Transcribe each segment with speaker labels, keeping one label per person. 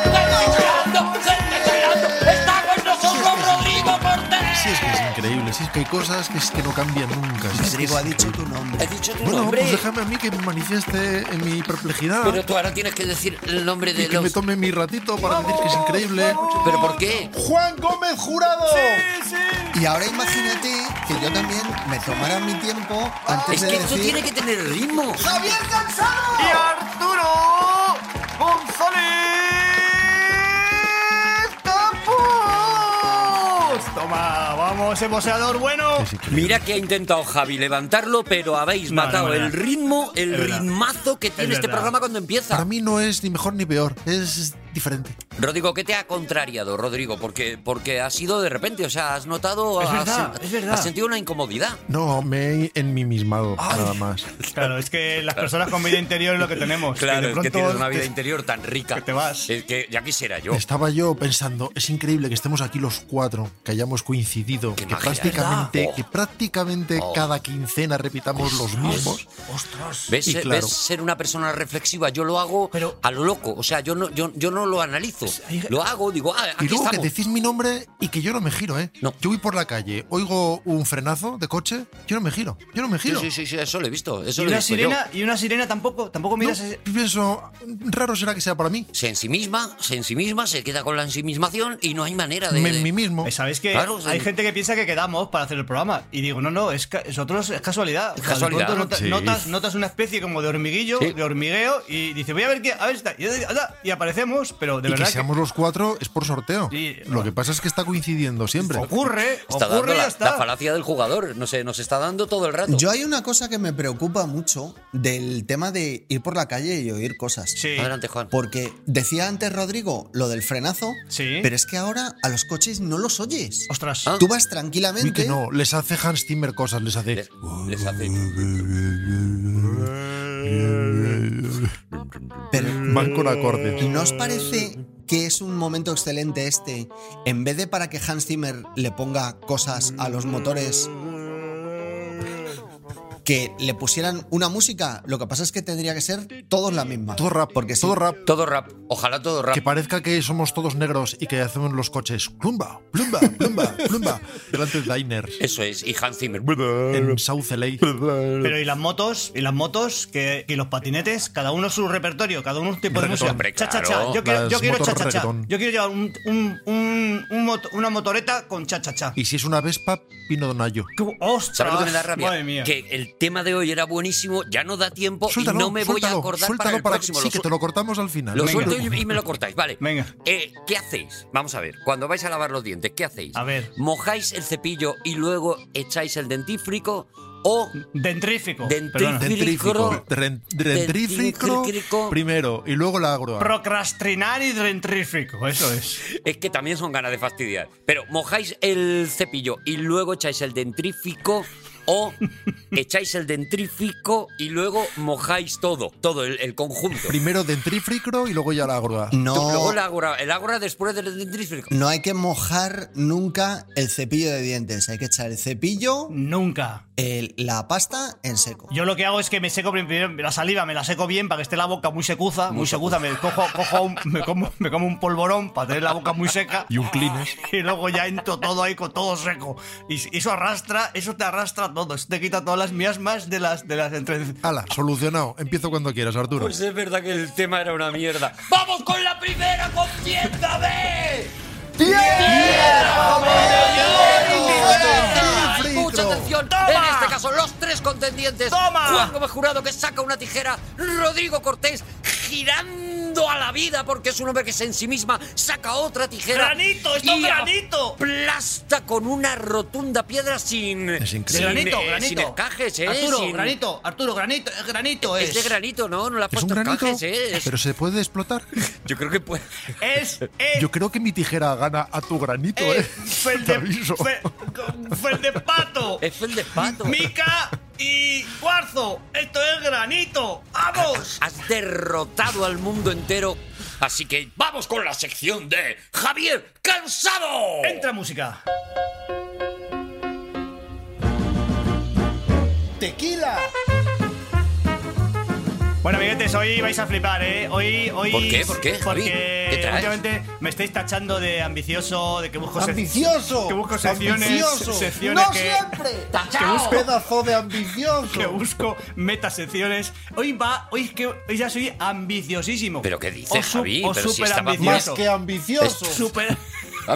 Speaker 1: Gente llorando, gente llorando, gente llorando. Está con nosotros Rodrigo
Speaker 2: Si es que
Speaker 1: Cortés.
Speaker 2: es increíble, si es que hay cosas que es que no cambian nunca. si es que
Speaker 3: Rodrigo
Speaker 2: es-
Speaker 3: ha dicho tu nombre.
Speaker 1: He dicho tu
Speaker 2: Bueno,
Speaker 1: nombre,
Speaker 2: pues déjame a mí que me manifieste en mi perplejidad
Speaker 1: pero tú ahora tienes que decir el nombre
Speaker 2: y
Speaker 1: de
Speaker 2: que me
Speaker 1: los.
Speaker 2: tome mi ratito para decir que es increíble.
Speaker 1: ¿Pero por qué?
Speaker 4: Juan Gómez Jurado.
Speaker 3: Y ahora imagínate que yo también me tomara mi tiempo antes
Speaker 1: Es
Speaker 3: de
Speaker 1: que esto
Speaker 3: decir.
Speaker 1: tiene que tener ritmo.
Speaker 4: Javier Cansado.
Speaker 5: y Arturo González Campos. Toma, vamos, emboseador bueno.
Speaker 2: Es increíble.
Speaker 1: Mira que ha intentado Javi levantarlo, pero habéis
Speaker 5: No, no,
Speaker 1: matado
Speaker 5: verdad.
Speaker 1: el ritmo, el
Speaker 5: Es verdad.
Speaker 1: ritmazo que tiene
Speaker 5: Es
Speaker 1: este
Speaker 5: verdad.
Speaker 1: programa cuando
Speaker 2: Para
Speaker 1: empieza.
Speaker 2: mí no es ni mejor ni peor, es diferente.
Speaker 1: Rodrigo, ¿qué te ha contrariado, Rodrigo? Porque, porque has sido de repente, o sea, has notado,
Speaker 5: Es
Speaker 1: has,
Speaker 5: verdad, es verdad.
Speaker 1: has sentido una incomodidad.
Speaker 2: No, me he enmimismado, nada más.
Speaker 5: Claro, es que las personas con vida interior es lo que tenemos.
Speaker 1: Claro,
Speaker 5: de
Speaker 1: es que
Speaker 5: pronto
Speaker 1: tienes una vida
Speaker 5: te-
Speaker 1: interior tan rica.
Speaker 5: que te vas.
Speaker 1: Es que ya quisiera yo.
Speaker 2: Estaba yo pensando, es increíble que estemos aquí los cuatro, que hayamos coincidido,
Speaker 1: Qué
Speaker 2: que
Speaker 1: magia,
Speaker 2: prácticamente,
Speaker 1: ¿verdad? Oh.
Speaker 2: que prácticamente
Speaker 1: Oh.
Speaker 2: cada quincena repitamos los mismos.
Speaker 1: ¿Ves,
Speaker 2: Y
Speaker 1: eh,
Speaker 2: claro.
Speaker 1: ves ser una persona reflexiva? Yo lo hago
Speaker 5: Pero-
Speaker 1: a lo loco. O sea, yo no, yo, yo no lo analizo.
Speaker 5: hay-
Speaker 1: Lo hago, digo, ah, aquí
Speaker 2: Y luego
Speaker 1: estamos.
Speaker 2: que decís mi nombre y que yo no me giro, ¿eh?
Speaker 1: No.
Speaker 2: Yo voy por la calle, oigo un frenazo de coche, yo no me giro, yo no me
Speaker 1: Sí,
Speaker 2: giro.
Speaker 1: sí, sí, sí, eso lo he visto. Eso
Speaker 6: Y
Speaker 1: lo he
Speaker 6: una
Speaker 1: visto
Speaker 6: sirena, y una sirena tampoco, tampoco
Speaker 2: No,
Speaker 6: miras ese-
Speaker 2: pienso, raro será que sea para mí.
Speaker 1: yo. Se ensimisma, se ensimisma, se queda con la ensimismación y no hay manera de...
Speaker 2: Me,
Speaker 1: de-
Speaker 2: mí mismo.
Speaker 6: Eh, ¿Sabes que
Speaker 1: Claro, sí.
Speaker 6: Hay gente que piensa que quedamos para hacer el programa. Y digo, no, no, es ca- nosotros es
Speaker 1: Es
Speaker 6: casualidad. O sea, de
Speaker 1: casualidad,
Speaker 6: pronto nota-
Speaker 2: sí.
Speaker 6: notas, notas una especie como de hormiguillo,
Speaker 1: Sí.
Speaker 6: de hormigueo, y dice, voy a ver qué. A ver, está. Y, anda, y aparecemos, pero de
Speaker 2: y que
Speaker 6: verdad. que
Speaker 2: seamos los cuatro es por sorteo.
Speaker 6: Sí,
Speaker 2: Lo que pasa es que está coincidiendo siempre.
Speaker 6: ocurre,
Speaker 1: Está dando
Speaker 6: ocurre y ya
Speaker 1: la,
Speaker 6: está.
Speaker 1: la falacia del jugador. No sé, nos está dando todo el rato.
Speaker 3: Yo hay una cosa que me preocupa mucho del tema de ir por la calle y oír cosas.
Speaker 6: Sí.
Speaker 1: Adelante, Juan.
Speaker 3: Porque decía antes Rodrigo lo del frenazo,
Speaker 6: Sí.
Speaker 3: pero es que ahora a los coches no los oyes.
Speaker 6: Ostras.
Speaker 1: Ah.
Speaker 3: Tú vas
Speaker 2: Uy, que
Speaker 3: tranquilamente.
Speaker 2: no, les hace Hans Zimmer cosas, les hace.
Speaker 1: Les, les hace...
Speaker 3: Pero
Speaker 2: Van con acordes.
Speaker 3: ¿Y no os parece que es un momento excelente este? En vez de para que Hans Zimmer le ponga cosas a los motores, que le pusieran una música, lo que pasa es que tendría que ser todos la misma.
Speaker 2: Todo rap,
Speaker 3: Porque si-
Speaker 2: todo rap.
Speaker 1: Todo rap. Ojalá todo rap.
Speaker 2: Que parezca que somos todos negros y que hacemos los coches plumba, plumba, plumba, plumba. Delante de diners
Speaker 1: Eso es. Y Hans Zimmer.
Speaker 2: en South LA.
Speaker 6: Pero y las motos, y las motos, que, y los patinetes, cada uno su repertorio, cada uno un tipo de
Speaker 2: Reggaetón,
Speaker 6: música.
Speaker 1: hombre,
Speaker 6: Cha, cha, cha.
Speaker 1: claro.
Speaker 6: Yo quiero, yo
Speaker 2: Las
Speaker 6: quiero
Speaker 2: motos
Speaker 6: cha, cha, cha.
Speaker 2: reggaetón.
Speaker 6: Yo quiero llevar un, un- un- un moto- una motoreta con cha, cha, cha.
Speaker 2: Y si es una Vespa, Pino Donayo.
Speaker 6: Qué- ¡Ostras!
Speaker 1: ¿Sabes lo que me da rabia?
Speaker 6: Madre mía.
Speaker 1: Que el tema de hoy era buenísimo, ya no da tiempo
Speaker 2: Suéltalo,
Speaker 1: y no me voy a
Speaker 2: suéltalo,
Speaker 1: acordar para
Speaker 2: suéltalo
Speaker 1: el próximo.
Speaker 2: Sí,
Speaker 1: Lo
Speaker 2: que
Speaker 1: su-
Speaker 2: te lo cortamos al final.
Speaker 1: Lo
Speaker 2: Venga.
Speaker 1: suelto y, y me lo cortáis, vale.
Speaker 6: Venga.
Speaker 1: Eh, ¿Qué hacéis? Vamos a ver, cuando vais a lavar los dientes, ¿qué hacéis?
Speaker 6: A ver.
Speaker 1: ¿Mojáis el cepillo y luego echáis el dentífrico o
Speaker 6: Dentrífico.
Speaker 1: Dentrífico.
Speaker 6: perdona.
Speaker 2: Dentrífico.
Speaker 1: Dentrífico.
Speaker 2: Ren- Dentrífico
Speaker 1: Dentrífico.
Speaker 2: primero y luego la agro.
Speaker 6: Procrastinar y dentrífico, eso es.
Speaker 1: es que también son ganas de fastidiar? Pero mojáis el cepillo y luego echáis el dentrífico o echáis el dentrífico y luego mojáis todo, todo el, el conjunto.
Speaker 2: Primero dentrífico y luego ya la agro.
Speaker 1: Luego
Speaker 3: No,
Speaker 1: el ágora, el ágora después del dentrífico.
Speaker 3: no hay que mojar nunca el cepillo de dientes. Hay que echar el cepillo,
Speaker 6: Nunca.
Speaker 3: el- la pasta en seco.
Speaker 6: Yo lo que hago es que me seco primero la saliva, me la seco bien para que esté la boca muy secuza, muy secuza, me cojo, cojo un- me, como, me como un polvorón para tener la boca muy seca.
Speaker 2: Y un Kleenex.
Speaker 6: Y luego ya entro todo ahí con todo seco. Y s- eso arrastra, eso te arrastra todo, eso te quita todas las miasmas de las de las entre-
Speaker 2: Ala, solucionado. Empiezo cuando quieras, Arturo.
Speaker 1: Pues es verdad que el tema era una mierda.
Speaker 5: Vamos con la primera contienda de.
Speaker 1: Hay mucha atención.
Speaker 6: ¡Toma!
Speaker 1: En este caso, los tres contendientes.
Speaker 6: ¡Toma!
Speaker 1: Juan Gómez Jurado que saca una tijera. Rodrigo Cortés girando
Speaker 5: miedo a la vida porque es un hombre que se en sí misma saca otra tijera.
Speaker 6: ¡Granito! ¡Esto es
Speaker 5: y
Speaker 6: granito!
Speaker 5: Aplasta con una rotunda piedra sin.
Speaker 7: Es increíble.
Speaker 5: sin,
Speaker 6: granito,
Speaker 5: eh,
Speaker 6: granito.
Speaker 5: sin encajes, ¿eh?
Speaker 6: Arturo,
Speaker 5: Sin-
Speaker 6: granito, Arturo, granito, es granito es.
Speaker 5: Es de granito, ¿no? No le ha
Speaker 7: Es
Speaker 5: puesto
Speaker 7: un granito,
Speaker 5: encajes, ¿eh? Es-
Speaker 7: pero se puede explotar.
Speaker 1: Eh.
Speaker 5: Yo creo que puede.
Speaker 6: Es, es,
Speaker 7: Yo creo que mi tijera gana a tu granito, ¿eh?
Speaker 6: es
Speaker 1: pues
Speaker 6: fel
Speaker 7: Te
Speaker 6: de,
Speaker 7: aviso.
Speaker 6: fel- fel de pato.
Speaker 5: Es el de pato.
Speaker 6: Mica y cuarzo. Esto es granito. ¡Vamos!
Speaker 5: Has derrotado al mundo entero. Así que vamos con la sección de Javier Cansado.
Speaker 6: Entra música.
Speaker 4: Tequila.
Speaker 6: Bueno, amiguetes, hoy vais a flipar, ¿eh? Hoy, hoy...
Speaker 5: ¿Por qué? ¿Por qué, Javi?
Speaker 6: Porque
Speaker 5: ¿Qué traes?
Speaker 6: últimamente me estáis tachando de ambicioso, de que busco... sec-
Speaker 4: Ambicioso.
Speaker 6: Que busco secciones...
Speaker 4: ambicioso.
Speaker 6: secciones
Speaker 4: no
Speaker 6: que,
Speaker 4: siempre.
Speaker 6: que busco...
Speaker 4: Pedazo de ambicioso.
Speaker 6: que busco metasecciones. Hoy va, hoy es que hoy ya soy ambiciosísimo.
Speaker 5: ¿Pero qué dices,
Speaker 6: O su-
Speaker 5: Javi?
Speaker 6: o
Speaker 5: Pero si
Speaker 6: súper
Speaker 5: estaba-
Speaker 4: Más
Speaker 6: ambicioso.
Speaker 4: que ambicioso.
Speaker 6: Súper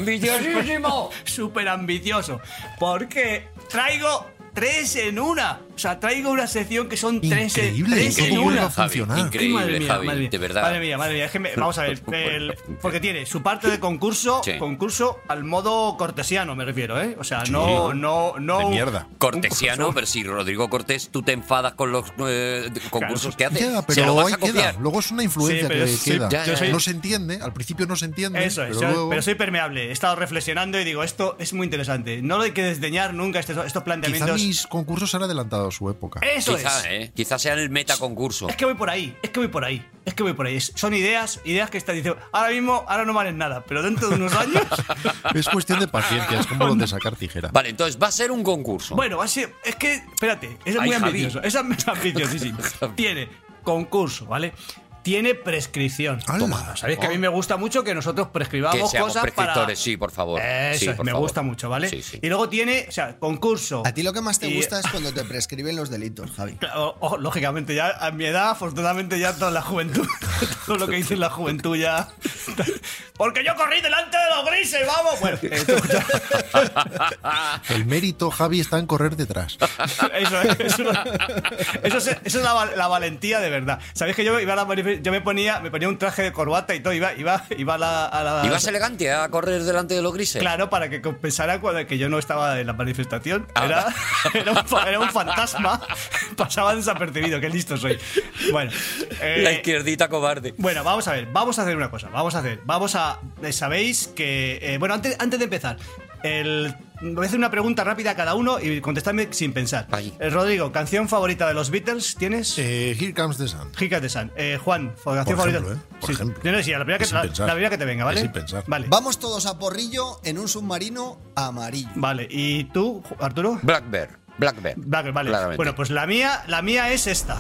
Speaker 5: ¡Ambiciosísimo!
Speaker 6: súper ambicioso. Porque traigo tres en una. O sea, traigo una sección que son tres, en-
Speaker 7: Increíble,
Speaker 6: tres en
Speaker 7: ¿cómo vuelve
Speaker 6: una.
Speaker 7: a funcionar?
Speaker 5: Javi, increíble,
Speaker 6: Madre mía,
Speaker 5: Javi,
Speaker 6: madre mía.
Speaker 5: de verdad.
Speaker 6: Madre mía, madre mía. Es que me- vamos a ver. el- porque tiene su parte de concurso,
Speaker 5: Sí.
Speaker 6: concurso al modo cortesiano, me refiero, ¿eh? O sea, no, no, no.
Speaker 7: De mierda.
Speaker 5: Cortesiano, pero si Rodrigo Cortés, tú te enfadas con los eh, de- concursos que hace.
Speaker 7: Ya,
Speaker 5: se lo
Speaker 7: pero
Speaker 5: vas
Speaker 7: ahí
Speaker 5: a
Speaker 7: queda.
Speaker 5: copiar.
Speaker 7: Luego es una influencia
Speaker 6: Sí, pero
Speaker 7: que
Speaker 6: sí,
Speaker 7: queda.
Speaker 6: ya,
Speaker 5: ya, ya.
Speaker 7: No se entiende, al principio no se entiende.
Speaker 6: Eso es,
Speaker 7: pero
Speaker 6: soy-
Speaker 7: luego-
Speaker 6: pero soy permeable. He estado reflexionando y digo, esto es muy interesante. No hay que desdeñar nunca estos, estos
Speaker 7: Quizá
Speaker 6: planteamientos.
Speaker 7: mis concursos han adelantado su época.
Speaker 6: Eso
Speaker 5: Quizá,
Speaker 6: es.
Speaker 5: ¿eh? Quizá sea el metaconcurso.
Speaker 6: Es que voy por ahí, es que voy por ahí, es que voy por ahí. Es- son ideas, ideas que estás diciendo, ahora mismo, ahora no valen nada, pero dentro de unos años.
Speaker 7: Es cuestión de paciencia, es como donde sacar tijera.
Speaker 5: Vale, entonces va a ser un concurso.
Speaker 6: bueno, va a ser- es que, espérate, es
Speaker 5: Ay,
Speaker 6: muy
Speaker 5: Javi.
Speaker 6: ambicioso, es am- ambiciosísimo. Tiene concurso, ¿vale? Tiene prescripción.
Speaker 7: ¡Hala!
Speaker 6: Toma, Sabéis que a mí me gusta mucho que nosotros prescribamos
Speaker 5: que seamos
Speaker 6: cosas
Speaker 5: prescriptores,
Speaker 6: para.
Speaker 5: sí, por favor.
Speaker 6: Eso
Speaker 5: Sí,
Speaker 6: es,
Speaker 5: por
Speaker 6: me
Speaker 5: favor.
Speaker 6: gusta mucho, ¿vale?
Speaker 5: Sí, sí.
Speaker 6: Y luego tiene, o sea, concurso.
Speaker 3: A ti lo que más te
Speaker 6: Y-
Speaker 3: gusta es cuando te prescriben los delitos, Javi.
Speaker 6: Claro, o- lógicamente, ya a mi edad, afortunadamente, ya toda la juventud, todo lo que hice en la juventud ya. Porque yo corrí delante de los grises, vamos. Bueno, esto-
Speaker 7: El mérito, Javi, está en correr detrás.
Speaker 6: eso, es- eso es- eso es, eso es la, val- la valentía de verdad. Sabéis que yo iba a la manif- yo me ponía, me ponía un traje de corbata y todo, iba, iba, iba a la. a la-
Speaker 5: ¿Y vas elegante a correr delante de los grises?
Speaker 6: Claro, para que compensara cuando, que yo no estaba en la manifestación. Era, era, un, fa- era un fantasma. Pasaba desapercibido. Qué listo soy. Bueno.
Speaker 5: La
Speaker 6: eh,
Speaker 5: izquierdita cobarde.
Speaker 6: Bueno, vamos a ver, vamos a hacer una cosa, vamos a hacer, vamos a, eh, sabéis que, eh, bueno, antes, antes de empezar, el, voy a hacer una pregunta rápida a cada uno y contestadme sin pensar.
Speaker 5: Ay.
Speaker 6: Eh, Rodrigo, canción favorita de los Beatles, ¿tienes?
Speaker 7: Eh, Here comes the sun.
Speaker 6: Gigas de San. Eh, Juan, canción
Speaker 7: Por
Speaker 6: favorita.
Speaker 7: ejemplo, ¿eh? Por
Speaker 6: Sí,
Speaker 7: ejemplo.
Speaker 6: no, no, sí, la primera, que,
Speaker 7: Es sin
Speaker 6: la,
Speaker 7: pensar.
Speaker 6: la primera que te venga, ¿vale?
Speaker 7: Es sin pensar.
Speaker 6: Vale.
Speaker 3: Vamos todos a porrillo en un submarino amarillo.
Speaker 6: vale, ¿y tú, Ju- Arturo?
Speaker 5: Black Bear. Black Bear.
Speaker 6: Vale, vale.
Speaker 5: Claramente.
Speaker 6: Bueno, pues la mía, la mía es esta.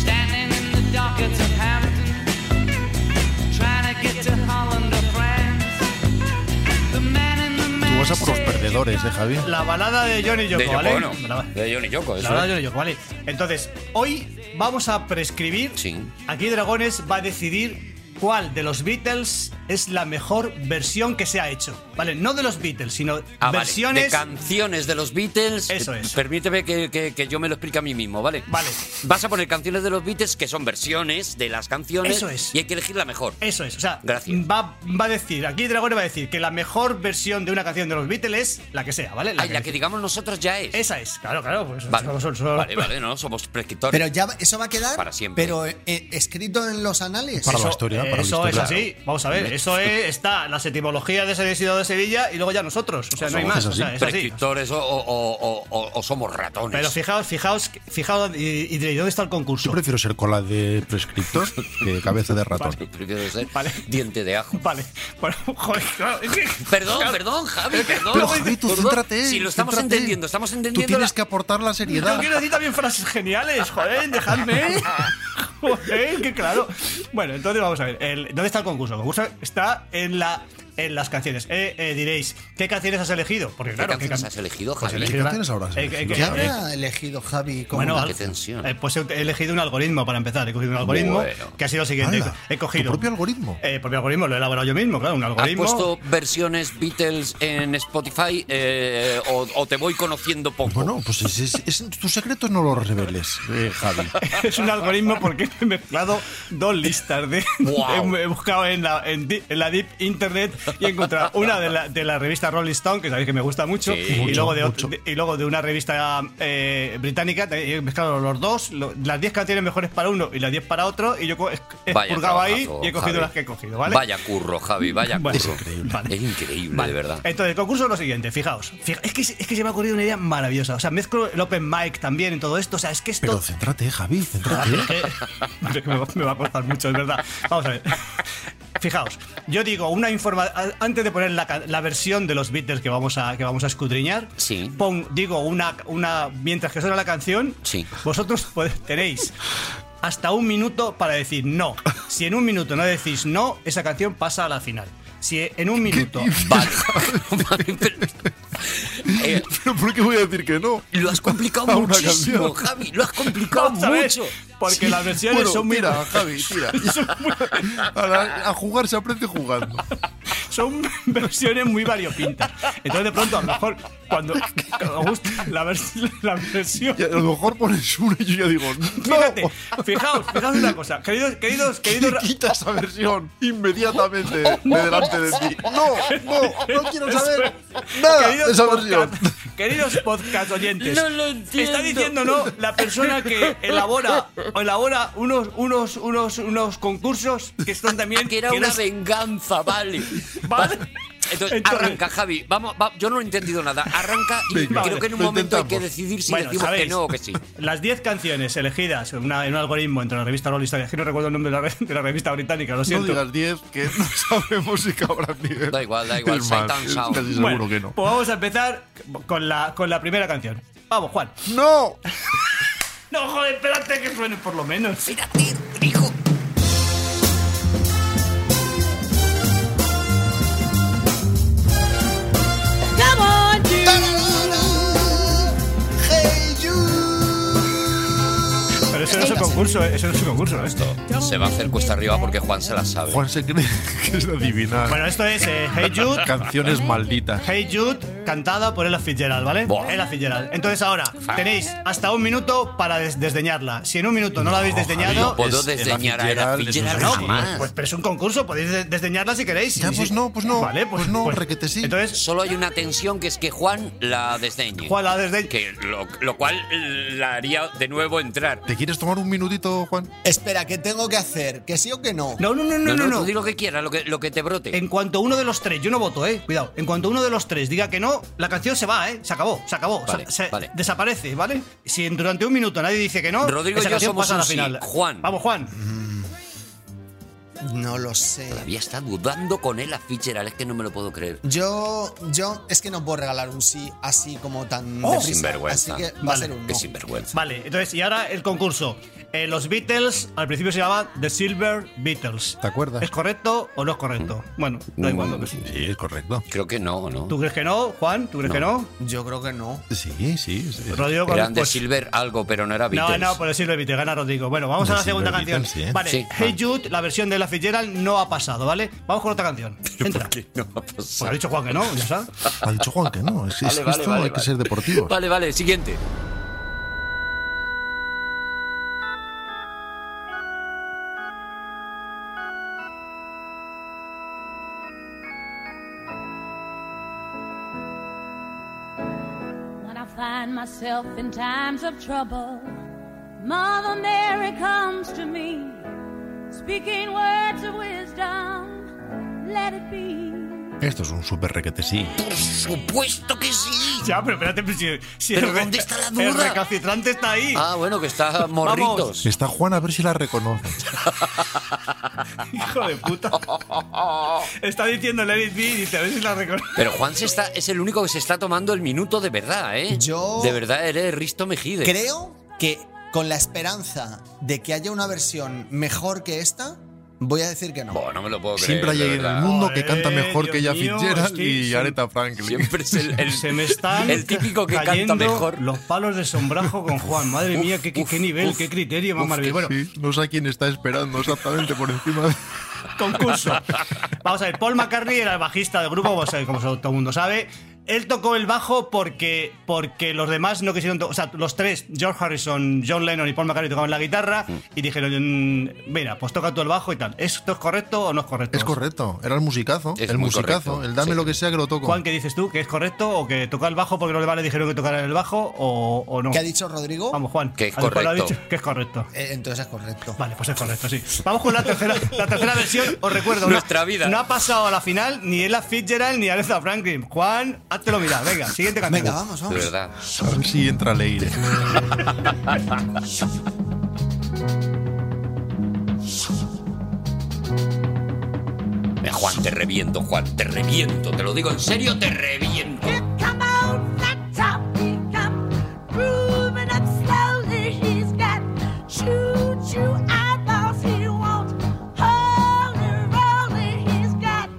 Speaker 8: Standing in the dockets of Hampton, trying to get to Holland or France. The man in the
Speaker 7: Tú
Speaker 8: man
Speaker 7: vas a por los perdedores, ¿eh, Javi?
Speaker 6: La balada de Johnny Yoko,
Speaker 5: de Yoko
Speaker 6: ¿vale?
Speaker 5: Ono.
Speaker 6: La-
Speaker 5: De Johnny Yoko, eso
Speaker 6: La verdad,
Speaker 5: es.
Speaker 6: yo lo digo, vale. Entonces, hoy vamos a prescribir.
Speaker 5: Sí.
Speaker 6: Aquí Dragones va a decidir cuál de los Beatles es la mejor versión que se ha hecho. Vale, no de los Beatles, sino
Speaker 5: Ah, vale,
Speaker 6: versiones.
Speaker 5: de canciones de los Beatles. eh,
Speaker 6: Eso es.
Speaker 5: Permíteme que, que- que yo me lo explique a mí mismo, ¿vale?
Speaker 6: Vale.
Speaker 5: Vas a poner canciones de los Beatles que son versiones de las canciones.
Speaker 6: Eso es.
Speaker 5: Y hay que elegir la mejor.
Speaker 6: eso es, o sea,
Speaker 5: Gracias.
Speaker 6: Va, va a decir, aquí Dragones va a decir que la mejor versión de una canción de los Beatles es la que sea, ¿vale?
Speaker 5: Ay, la que digamos nosotros ya es.
Speaker 6: Esa es, claro, claro. Pues,
Speaker 5: Vale.
Speaker 6: somos- somos- somos-
Speaker 5: vale, vale, no, somos prescriptores.
Speaker 3: Pero ya eso va a quedar.
Speaker 5: Para siempre.
Speaker 3: Pero eh, eh, escrito en los anales.
Speaker 7: Para
Speaker 6: Eso-
Speaker 7: la historia, para la
Speaker 6: eso
Speaker 7: historia.
Speaker 6: es así. Vamos a ver, eso es, está las etimologías de esa ciudad de Sevilla y luego ya nosotros. O sea, no hay
Speaker 7: somos
Speaker 6: más. O sea,
Speaker 7: así.
Speaker 6: es así.
Speaker 5: prescriptores o, o- o- o- o somos ratones.
Speaker 6: Pero fijaos, fijaos, fijaos, y, y diréis, ¿dónde está el concurso?
Speaker 7: Yo prefiero ser cola de prescriptor que cabeza de ratón.
Speaker 5: Prefiero ser
Speaker 6: Vale.
Speaker 5: diente de ajo.
Speaker 6: Vale, bueno, joder, claro, es que-
Speaker 5: Perdón, perdón, Javi, perdón.
Speaker 7: Pero Javi, tú
Speaker 5: Perdón.
Speaker 7: céntrate. eh,
Speaker 5: Si lo estamos
Speaker 7: céntrate.
Speaker 5: entendiendo, estamos entendiendo.
Speaker 7: Tú tienes
Speaker 5: la-
Speaker 7: que aportar la seriedad.
Speaker 6: Yo quiero decir también frases geniales, joder, dejadme. Joder, que claro. Bueno, entonces vamos a ver. el- ¿Dónde está el concurso? El concurso está en la. en las canciones. Eh, eh, diréis, ¿qué canciones has elegido? Porque claro, ¿qué
Speaker 5: canciones
Speaker 6: can-
Speaker 5: has elegido,
Speaker 6: Pues
Speaker 5: Javi?
Speaker 6: elegí
Speaker 7: ¿Qué
Speaker 6: una-
Speaker 7: canciones habrás
Speaker 6: eh, eh,
Speaker 7: elegido?
Speaker 3: ¿Qué
Speaker 6: eh,
Speaker 3: habrá elegido Javi? como
Speaker 6: bueno,
Speaker 3: una-
Speaker 6: al-
Speaker 5: qué tensión.
Speaker 6: eh, pues he he elegido un algoritmo para empezar. He cogido un algoritmo
Speaker 5: Bueno.
Speaker 6: que ha sido el siguiente.
Speaker 7: Anda,
Speaker 6: he cogido.
Speaker 7: ¿Tu propio algoritmo?
Speaker 6: Eh, propio algoritmo, lo he elaborado yo mismo, claro, un
Speaker 5: ¿Has
Speaker 6: algoritmo.
Speaker 5: puesto versiones Beatles en Spotify eh, o, o te voy conociendo poco?
Speaker 7: Bueno, pues es- es- es- tus secretos no los reveles, eh, Javi.
Speaker 6: es un algoritmo porque he mezclado dos listas de.
Speaker 5: Wow.
Speaker 6: He, he buscado en la, en, di- en la Deep Internet y he encontrado una de la, de la revista Rolling Stone, que sabéis que me gusta mucho,
Speaker 5: Sí.
Speaker 6: y,
Speaker 7: Mucho,
Speaker 6: luego de, ot-
Speaker 7: mucho.
Speaker 6: de- y luego de una revista eh, británica. también He mezclado los dos, lo- las 10 canciones mejores para uno y las 10 para otro, y yo co- he he
Speaker 5: Vaya
Speaker 6: purgado ahí
Speaker 5: trabajazo,
Speaker 6: y he cogido
Speaker 5: Javi.
Speaker 6: las que he cogido, ¿vale?
Speaker 5: Vaya curro, Javi, vaya curro.
Speaker 6: Vale. Es increíble. Vale.
Speaker 5: Es increíble,
Speaker 6: Vale.
Speaker 5: de verdad.
Speaker 6: Entonces, el concurso es lo siguiente, fijaos. Fija- es, que, es que se me ha ocurrido una idea maravillosa. O sea, mezclo el open mic también en todo esto. O sea, es que esto.
Speaker 7: Pero céntrate, Javi, céntrate.
Speaker 6: me, va, me va a costar mucho, es verdad. Vamos a ver. Fijaos, yo digo una información. Antes de poner la, ca- la versión de los Beatles que vamos a, que vamos a escudriñar,
Speaker 5: Sí.
Speaker 6: pon- digo una, una. Mientras que suena la canción,
Speaker 5: Sí.
Speaker 6: vosotros podéis- tenéis hasta un minuto para decir no. Si en un minuto no decís no, esa canción pasa a la final. Si en un minuto.
Speaker 5: Vale. Vale, pero- Eh,
Speaker 7: ¿Pero por qué voy a decir que no?
Speaker 5: lo has complicado
Speaker 7: A una
Speaker 5: muchísimo,
Speaker 7: canción.
Speaker 5: Javi. Lo has complicado
Speaker 6: Vamos a ver,
Speaker 5: mucho.
Speaker 6: Porque las versiones
Speaker 7: Bueno,
Speaker 6: son muy
Speaker 7: tira, Javi, tira. A, la- a jugar se aprende jugando.
Speaker 6: son versiones muy variopintas. Entonces, de pronto, a lo mejor, cuando, cuando os gusta la, vers- la versión.
Speaker 7: Y a lo mejor pones una y yo ya digo,
Speaker 6: Fíjate,
Speaker 7: no,
Speaker 6: fijaos, fijaos una cosa. Queridos, queridos, queridos. ra-
Speaker 7: quita esa versión inmediatamente de delante de ti. No, no, no quiero saber nada de esa versión.
Speaker 6: podcast, queridos podcast oyentes,
Speaker 5: No lo entiendo.
Speaker 6: está diciendo no la persona que elabora elabora unos unos unos unos concursos que son también
Speaker 5: Que era
Speaker 6: que
Speaker 5: una
Speaker 6: eran-
Speaker 5: venganza, vale.
Speaker 6: Vale.
Speaker 5: Entonces,
Speaker 6: Entonces-
Speaker 5: arranca, Javi. Vamos, va- yo no he entendido nada. Arranca y
Speaker 7: Venga,
Speaker 5: creo que en un
Speaker 7: lo
Speaker 5: momento hay que
Speaker 7: intentamos.
Speaker 5: decidir si
Speaker 6: Bueno,
Speaker 5: decimos que
Speaker 6: sabéis,
Speaker 5: no o que sí.
Speaker 6: Las 10 canciones elegidas en, una- en un algoritmo entre la revista Rolling Stone, es que no recuerdo el nombre de la, re- de la revista británica, lo
Speaker 7: No
Speaker 6: siento.
Speaker 7: digas 10, que no sabemos si cabrá nivel.
Speaker 5: Da igual, da igual,
Speaker 7: Es
Speaker 5: Sight
Speaker 7: más,
Speaker 5: and
Speaker 7: es
Speaker 5: Sound.
Speaker 7: casi seguro
Speaker 6: Bueno,
Speaker 7: que no.
Speaker 6: Pues vamos a empezar con la, con la primera canción. Vamos, Juan.
Speaker 7: ¡No!
Speaker 6: No, joder, espérate que suene por lo menos.
Speaker 5: Espérate, hijo.
Speaker 9: Come on, you.
Speaker 3: Hey, you.
Speaker 6: Pero eso no es un concurso, eh, eso no es un concurso. Esto.
Speaker 5: Se va a hacer cuesta arriba porque Juan se la sabe.
Speaker 7: Juan se cree que es de adivinar.
Speaker 6: Bueno, esto es eh, Hey Jude.
Speaker 7: Canciones malditas.
Speaker 6: Hey Jude, cantada por Ella Fitzgerald, ¿vale?
Speaker 5: Buah.
Speaker 6: Ella Fitzgerald. Entonces ahora tenéis hasta un minuto para des- desdeñarla. Si en un minuto no, la habéis desdeñado,
Speaker 5: No puedo
Speaker 7: Es Ella
Speaker 5: desdeñar a Ella
Speaker 7: Fitzgerald, es un
Speaker 5: Fitzgerald
Speaker 7: genio.
Speaker 5: jamás.
Speaker 6: Pues, pero es un concurso, podéis de- desdeñarla si queréis.
Speaker 7: Ya,
Speaker 6: Sí,
Speaker 7: pues
Speaker 6: sí.
Speaker 7: no, pues no,
Speaker 6: Vale, pues,
Speaker 7: pues no, requete sí.
Speaker 6: Entonces,
Speaker 5: Solo hay una tensión que es que Juan la desdeñe.
Speaker 6: Juan la desdeña.
Speaker 5: Que lo, lo cual la haría de nuevo entrar.
Speaker 7: ¿Te quieres tomar un minutito, Juan?
Speaker 3: Espera, ¿qué tengo que hacer? ¿Que sí o que no?
Speaker 6: No, no, no, no, no. no.
Speaker 5: tú di lo que quieras, lo que, lo que te brote.
Speaker 6: En cuanto uno de los tres, yo no voto, eh, cuidado. En cuanto uno de los tres diga que no, la canción se va, eh, se acabó, se acabó,
Speaker 5: Vale,
Speaker 6: se- se-
Speaker 5: vale.
Speaker 6: desaparece, ¿vale? Si en- durante un minuto nadie dice que no,
Speaker 5: Rodrigo y
Speaker 6: esa
Speaker 5: yo
Speaker 6: canción
Speaker 5: somos
Speaker 6: pasa a
Speaker 5: un
Speaker 6: la
Speaker 5: sí.
Speaker 6: final.
Speaker 5: Juan.
Speaker 6: Vamos, Juan.
Speaker 3: No lo sé.
Speaker 5: Todavía está dudando con él a Fitzgerald, es que no me lo puedo creer.
Speaker 3: Yo, yo, es que no puedo regalar un sí así como tan
Speaker 5: Oh,
Speaker 3: deprisa.
Speaker 5: sinvergüenza.
Speaker 3: Así que va a
Speaker 6: Vale,
Speaker 3: ser un
Speaker 5: Qué
Speaker 3: no.
Speaker 5: sinvergüenza.
Speaker 6: Vale, entonces y ahora el concurso. Eh, los Beatles al principio se llamaba The Silver Beatles.
Speaker 7: ¿Te acuerdas?
Speaker 6: ¿Es correcto o no es correcto? Bueno, da igual.
Speaker 5: Pues
Speaker 6: lo que sea.
Speaker 7: Sí, es correcto.
Speaker 5: Creo que no, ¿no?
Speaker 6: ¿Tú crees que no, Juan? ¿Tú crees que no?
Speaker 3: Yo creo que no.
Speaker 7: Sí, sí. sí.
Speaker 6: Rodrigo,
Speaker 5: Eran de
Speaker 6: pues-
Speaker 5: Silver algo, pero no era
Speaker 6: No,
Speaker 5: Beatles.
Speaker 6: no, por el Silver Beatles, gana Rodrigo. Bueno, vamos
Speaker 7: Por
Speaker 6: a
Speaker 7: el
Speaker 6: la segunda
Speaker 7: Silver
Speaker 6: canción.
Speaker 7: Beatles, sí, ¿eh?
Speaker 6: Vale,
Speaker 5: Sí,
Speaker 6: Hey Jude, la versión de la Fitzgerald no ha pasado, ¿vale? Vamos con otra canción. Entra.
Speaker 5: ¿Por qué no va a
Speaker 6: Pues ha
Speaker 5: pasar?
Speaker 6: dicho Juan que no, ya sabes.
Speaker 7: Ha dicho Juan que no. Es, es
Speaker 5: Vale,
Speaker 7: que
Speaker 5: vale,
Speaker 7: esto
Speaker 5: vale,
Speaker 7: hay que
Speaker 5: vale.
Speaker 7: ser deportivo.
Speaker 5: Vale, vale, siguiente.
Speaker 9: When I find myself in times of trouble, Mother Mary comes to me, speaking words of wisdom. Let it be.
Speaker 7: Esto es un súper requete sí.
Speaker 5: Por supuesto que sí.
Speaker 6: Ya, pero espérate, pero si, si
Speaker 5: ¿Pero
Speaker 6: el, re-
Speaker 5: dónde está la
Speaker 6: el
Speaker 5: duda?
Speaker 6: recalcitrante está ahí.
Speaker 5: Ah, bueno, que está morritos.
Speaker 7: Está Juan a ver si la reconoce.
Speaker 6: Hijo de puta. Está diciendo Let It Be y dice, a ver si la reconoce.
Speaker 5: Pero Juan se está, es el único que se está tomando el minuto de verdad, ¿eh?
Speaker 3: Yo-
Speaker 5: De verdad eres Risto Mejide.
Speaker 3: Creo que con la esperanza de que haya una versión mejor que esta, Voy a decir que no.
Speaker 5: Bo, no me lo puedo creer.
Speaker 7: Siempre hay
Speaker 5: de
Speaker 7: alguien en el
Speaker 5: verdad.
Speaker 7: mundo que canta
Speaker 6: Joder,
Speaker 7: mejor que
Speaker 6: Dios
Speaker 7: ella
Speaker 6: mío,
Speaker 7: Fitzgerald
Speaker 6: es que
Speaker 7: y
Speaker 6: se-
Speaker 7: Aretha Franklin.
Speaker 5: Siempre es el, el-
Speaker 6: Se me están
Speaker 5: el típico que
Speaker 6: cayendo
Speaker 5: canta mejor.
Speaker 6: los palos de sombrajo con Juan. Madre
Speaker 5: Uf,
Speaker 6: mía, qué, qué-
Speaker 5: uf,
Speaker 6: qué nivel,
Speaker 5: uf,
Speaker 6: qué criterio más
Speaker 5: uf,
Speaker 6: maravilloso. Bueno,
Speaker 7: Sí, no sé a quién está esperando exactamente por encima de...
Speaker 6: concurso. Vamos a ver, Paul McCartney era el bajista del grupo, o sea, como todo el mundo sabe. Él tocó el bajo porque, porque los demás no quisieron tocar. O sea, los tres, George Harrison, John Lennon y Paul McCartney tocaban la guitarra y dijeron: mm, Mira, pues toca tú el bajo y tal. ¿Esto es correcto o no es correcto?
Speaker 7: Es correcto, era el musicazo,
Speaker 5: Es
Speaker 7: el
Speaker 5: muy
Speaker 7: musicazo,
Speaker 5: correcto,
Speaker 7: el dame
Speaker 5: sí.
Speaker 7: lo que sea que lo toco.
Speaker 6: Juan, ¿qué dices tú? ¿Que es correcto o que tocar el bajo porque los demás le dijeron que tocara el bajo o, o no?
Speaker 3: ¿Qué ha dicho Rodrigo?
Speaker 6: Vamos, Juan.
Speaker 5: Que es
Speaker 6: a ver cuál ha
Speaker 5: correcto.
Speaker 6: dicho. Que es correcto.
Speaker 3: Eh, entonces es correcto.
Speaker 6: Vale, pues es correcto, sí. Vamos con la tercera, la tercera versión. Os recuerdo, no-
Speaker 5: Nuestra vida.
Speaker 6: No ha pasado a la final ni Ella Fitzgerald ni Aretha Franklin. Juan, háztelo mirar. Venga, siguiente canción.
Speaker 3: Venga, vamos,
Speaker 5: De
Speaker 3: vamos.
Speaker 5: verdad.
Speaker 7: A ver si entra Leire.
Speaker 5: Mira, Eh, Juan, te reviento, Juan, te reviento. Te lo digo en serio, te reviento.
Speaker 9: Come on, the top he comes, grooving up slowly. He's got choo-choo eyeballs. He wants holy roly. He's got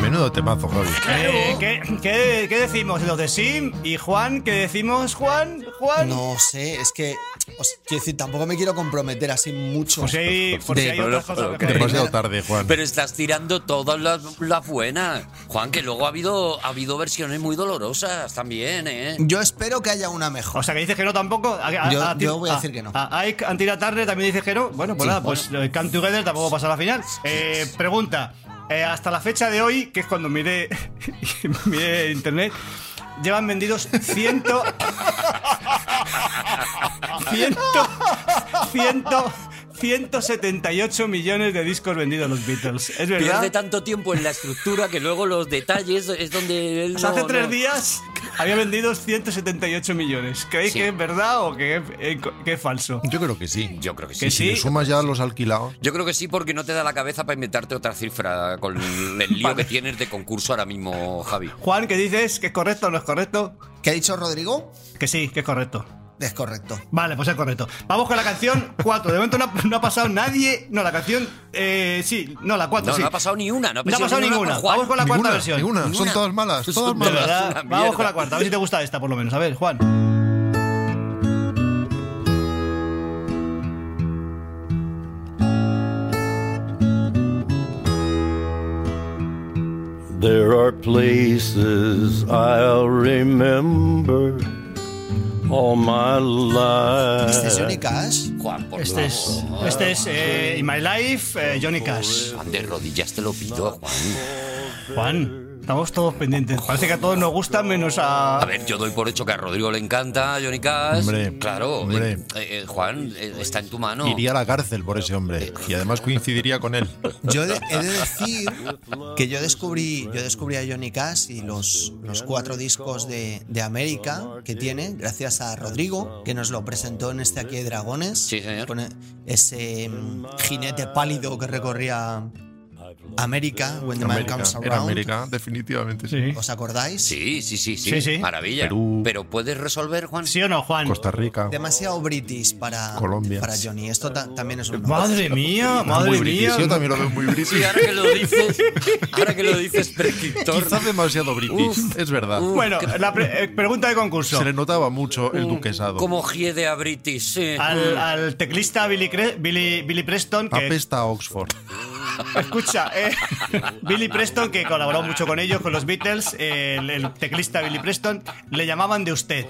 Speaker 7: Menudo temazo, Javi.
Speaker 6: Eh, ¿qué, qué, qué decimos los de Sim y Juan? ¿Qué decimos, Juan? Juan.
Speaker 3: No sé, es que. os- quiero decir, tampoco me quiero comprometer así mucho.
Speaker 6: Por si hay, por si hay
Speaker 5: De-
Speaker 6: otras cosas
Speaker 5: pero-
Speaker 6: mejores.
Speaker 7: Demasiado tarde, Juan.
Speaker 5: Pero estás tirando todas las, las buenas. Juan, que luego ha habido, ha habido versiones muy dolorosas también, ¿eh?
Speaker 3: Yo espero que haya una mejor.
Speaker 6: O sea, que dices que no tampoco. A- a-
Speaker 3: Yo-
Speaker 6: ti-
Speaker 3: yo voy a decir que no.
Speaker 6: A, a Ike Antira Turner también dices que no. Bueno, pues
Speaker 3: Sí,
Speaker 6: nada, pues eh, Come Together tampoco pasa a la final. Eh, pregunta: eh, hasta la fecha de hoy, que es cuando miré, miré internet, llevan vendidos ciento. ciento. ciento. 178 millones de discos vendidos los Beatles. Es verdad.
Speaker 5: Pierde tanto tiempo en la estructura que luego los detalles es donde él
Speaker 6: O sea, hace
Speaker 5: no-
Speaker 6: tres
Speaker 5: no-
Speaker 6: días había vendido 178 millones. ¿Creéis
Speaker 5: Sí.
Speaker 6: que es verdad o que es, eh, que es falso?
Speaker 7: Yo creo que sí.
Speaker 5: Yo creo que sí.
Speaker 6: Que
Speaker 7: Y si
Speaker 6: sí.
Speaker 7: le sumas ya los alquilados.
Speaker 5: Yo creo que sí, porque no te da la cabeza para inventarte otra cifra con el lío que tienes de concurso ahora mismo, Javi.
Speaker 6: Juan, ¿qué dices? ¿Que es correcto o no es correcto?
Speaker 3: ¿Qué ha dicho Rodrigo?
Speaker 6: Que sí, que es correcto.
Speaker 3: Es correcto.
Speaker 6: Vale, pues es correcto. Vamos con la canción 4. De momento no ha, no ha pasado nadie. No, la canción. Eh, sí, no, la 4.
Speaker 5: No,
Speaker 6: sí.
Speaker 5: no ha pasado ni una. No ha
Speaker 6: No ha
Speaker 5: pasado, ni una. Juan.
Speaker 6: Vamos con la cuarta
Speaker 7: Ninguna,
Speaker 6: versión.
Speaker 7: ninguna. Son
Speaker 5: Ninguna.
Speaker 7: todas malas,
Speaker 5: Son
Speaker 7: todas
Speaker 6: De
Speaker 5: todas
Speaker 7: malas.
Speaker 6: verdad.
Speaker 5: Una
Speaker 6: Vamos con
Speaker 5: mierda.
Speaker 6: la cuarta. A ver si te gusta esta, por lo menos. A ver, Juan.
Speaker 10: There are places I'll remember all my life.
Speaker 3: Este es Johnny Cash.
Speaker 5: Juan, por
Speaker 6: Este es,
Speaker 5: favor.
Speaker 6: este es eh, In My Life, eh, Johnny Cash.
Speaker 5: Juan, de rodillas te lo pido, Juan.
Speaker 6: Juan, estamos todos pendientes. Parece que a todos nos gusta menos a.
Speaker 5: A ver, yo doy por hecho que a Rodrigo le encanta a Johnny Cash.
Speaker 7: Hombre,
Speaker 5: claro.
Speaker 7: hombre.
Speaker 5: eh, eh, Juan, eh, está en tu mano.
Speaker 7: Iría a la cárcel por ese hombre. Y además coincidiría con él.
Speaker 3: Yo he de, he de decir que yo descubrí, yo descubrí a Johnny Cash y los, los cuatro discos de, de América que tiene, gracias a Rodrigo, que nos lo presentó en este aquí de Dragones.
Speaker 5: Sí, señor.
Speaker 3: Con e- ese mm, jinete pálido que recorría América, When the Man
Speaker 7: América.
Speaker 3: Comes
Speaker 7: Era
Speaker 3: Around.
Speaker 7: América, definitivamente.
Speaker 6: Sí.
Speaker 3: ¿Os acordáis?
Speaker 5: Sí, sí, sí, sí.
Speaker 6: Sí, sí.
Speaker 5: Maravilla.
Speaker 7: Perú.
Speaker 5: Pero puedes resolver, Juan.
Speaker 6: ¿Sí o no, Juan?
Speaker 7: Costa Rica.
Speaker 3: Demasiado british para,
Speaker 7: Colombia.
Speaker 3: para Johnny. Esto ta- también es un.
Speaker 6: Madre mía,
Speaker 7: muy
Speaker 6: madre
Speaker 7: british.
Speaker 6: mía.
Speaker 7: Yo también lo veo muy british.
Speaker 5: Sí, ahora que lo dices, ahora que lo dices, prescriptor.
Speaker 7: Quizás demasiado british, es verdad.
Speaker 5: uf.
Speaker 6: Bueno, la pre- eh, pregunta de concurso.
Speaker 7: Se le notaba mucho el duquesado.
Speaker 5: Como hiede a British, sí. Mm.
Speaker 6: Al, al teclista Billy, Cre- Billy, Billy Preston, que
Speaker 7: Apesta a Oxford.
Speaker 6: escucha, eh, Billy Preston, que colaboró mucho con ellos, con los Beatles, eh, el, el teclista Billy Preston, le llamaban de usted.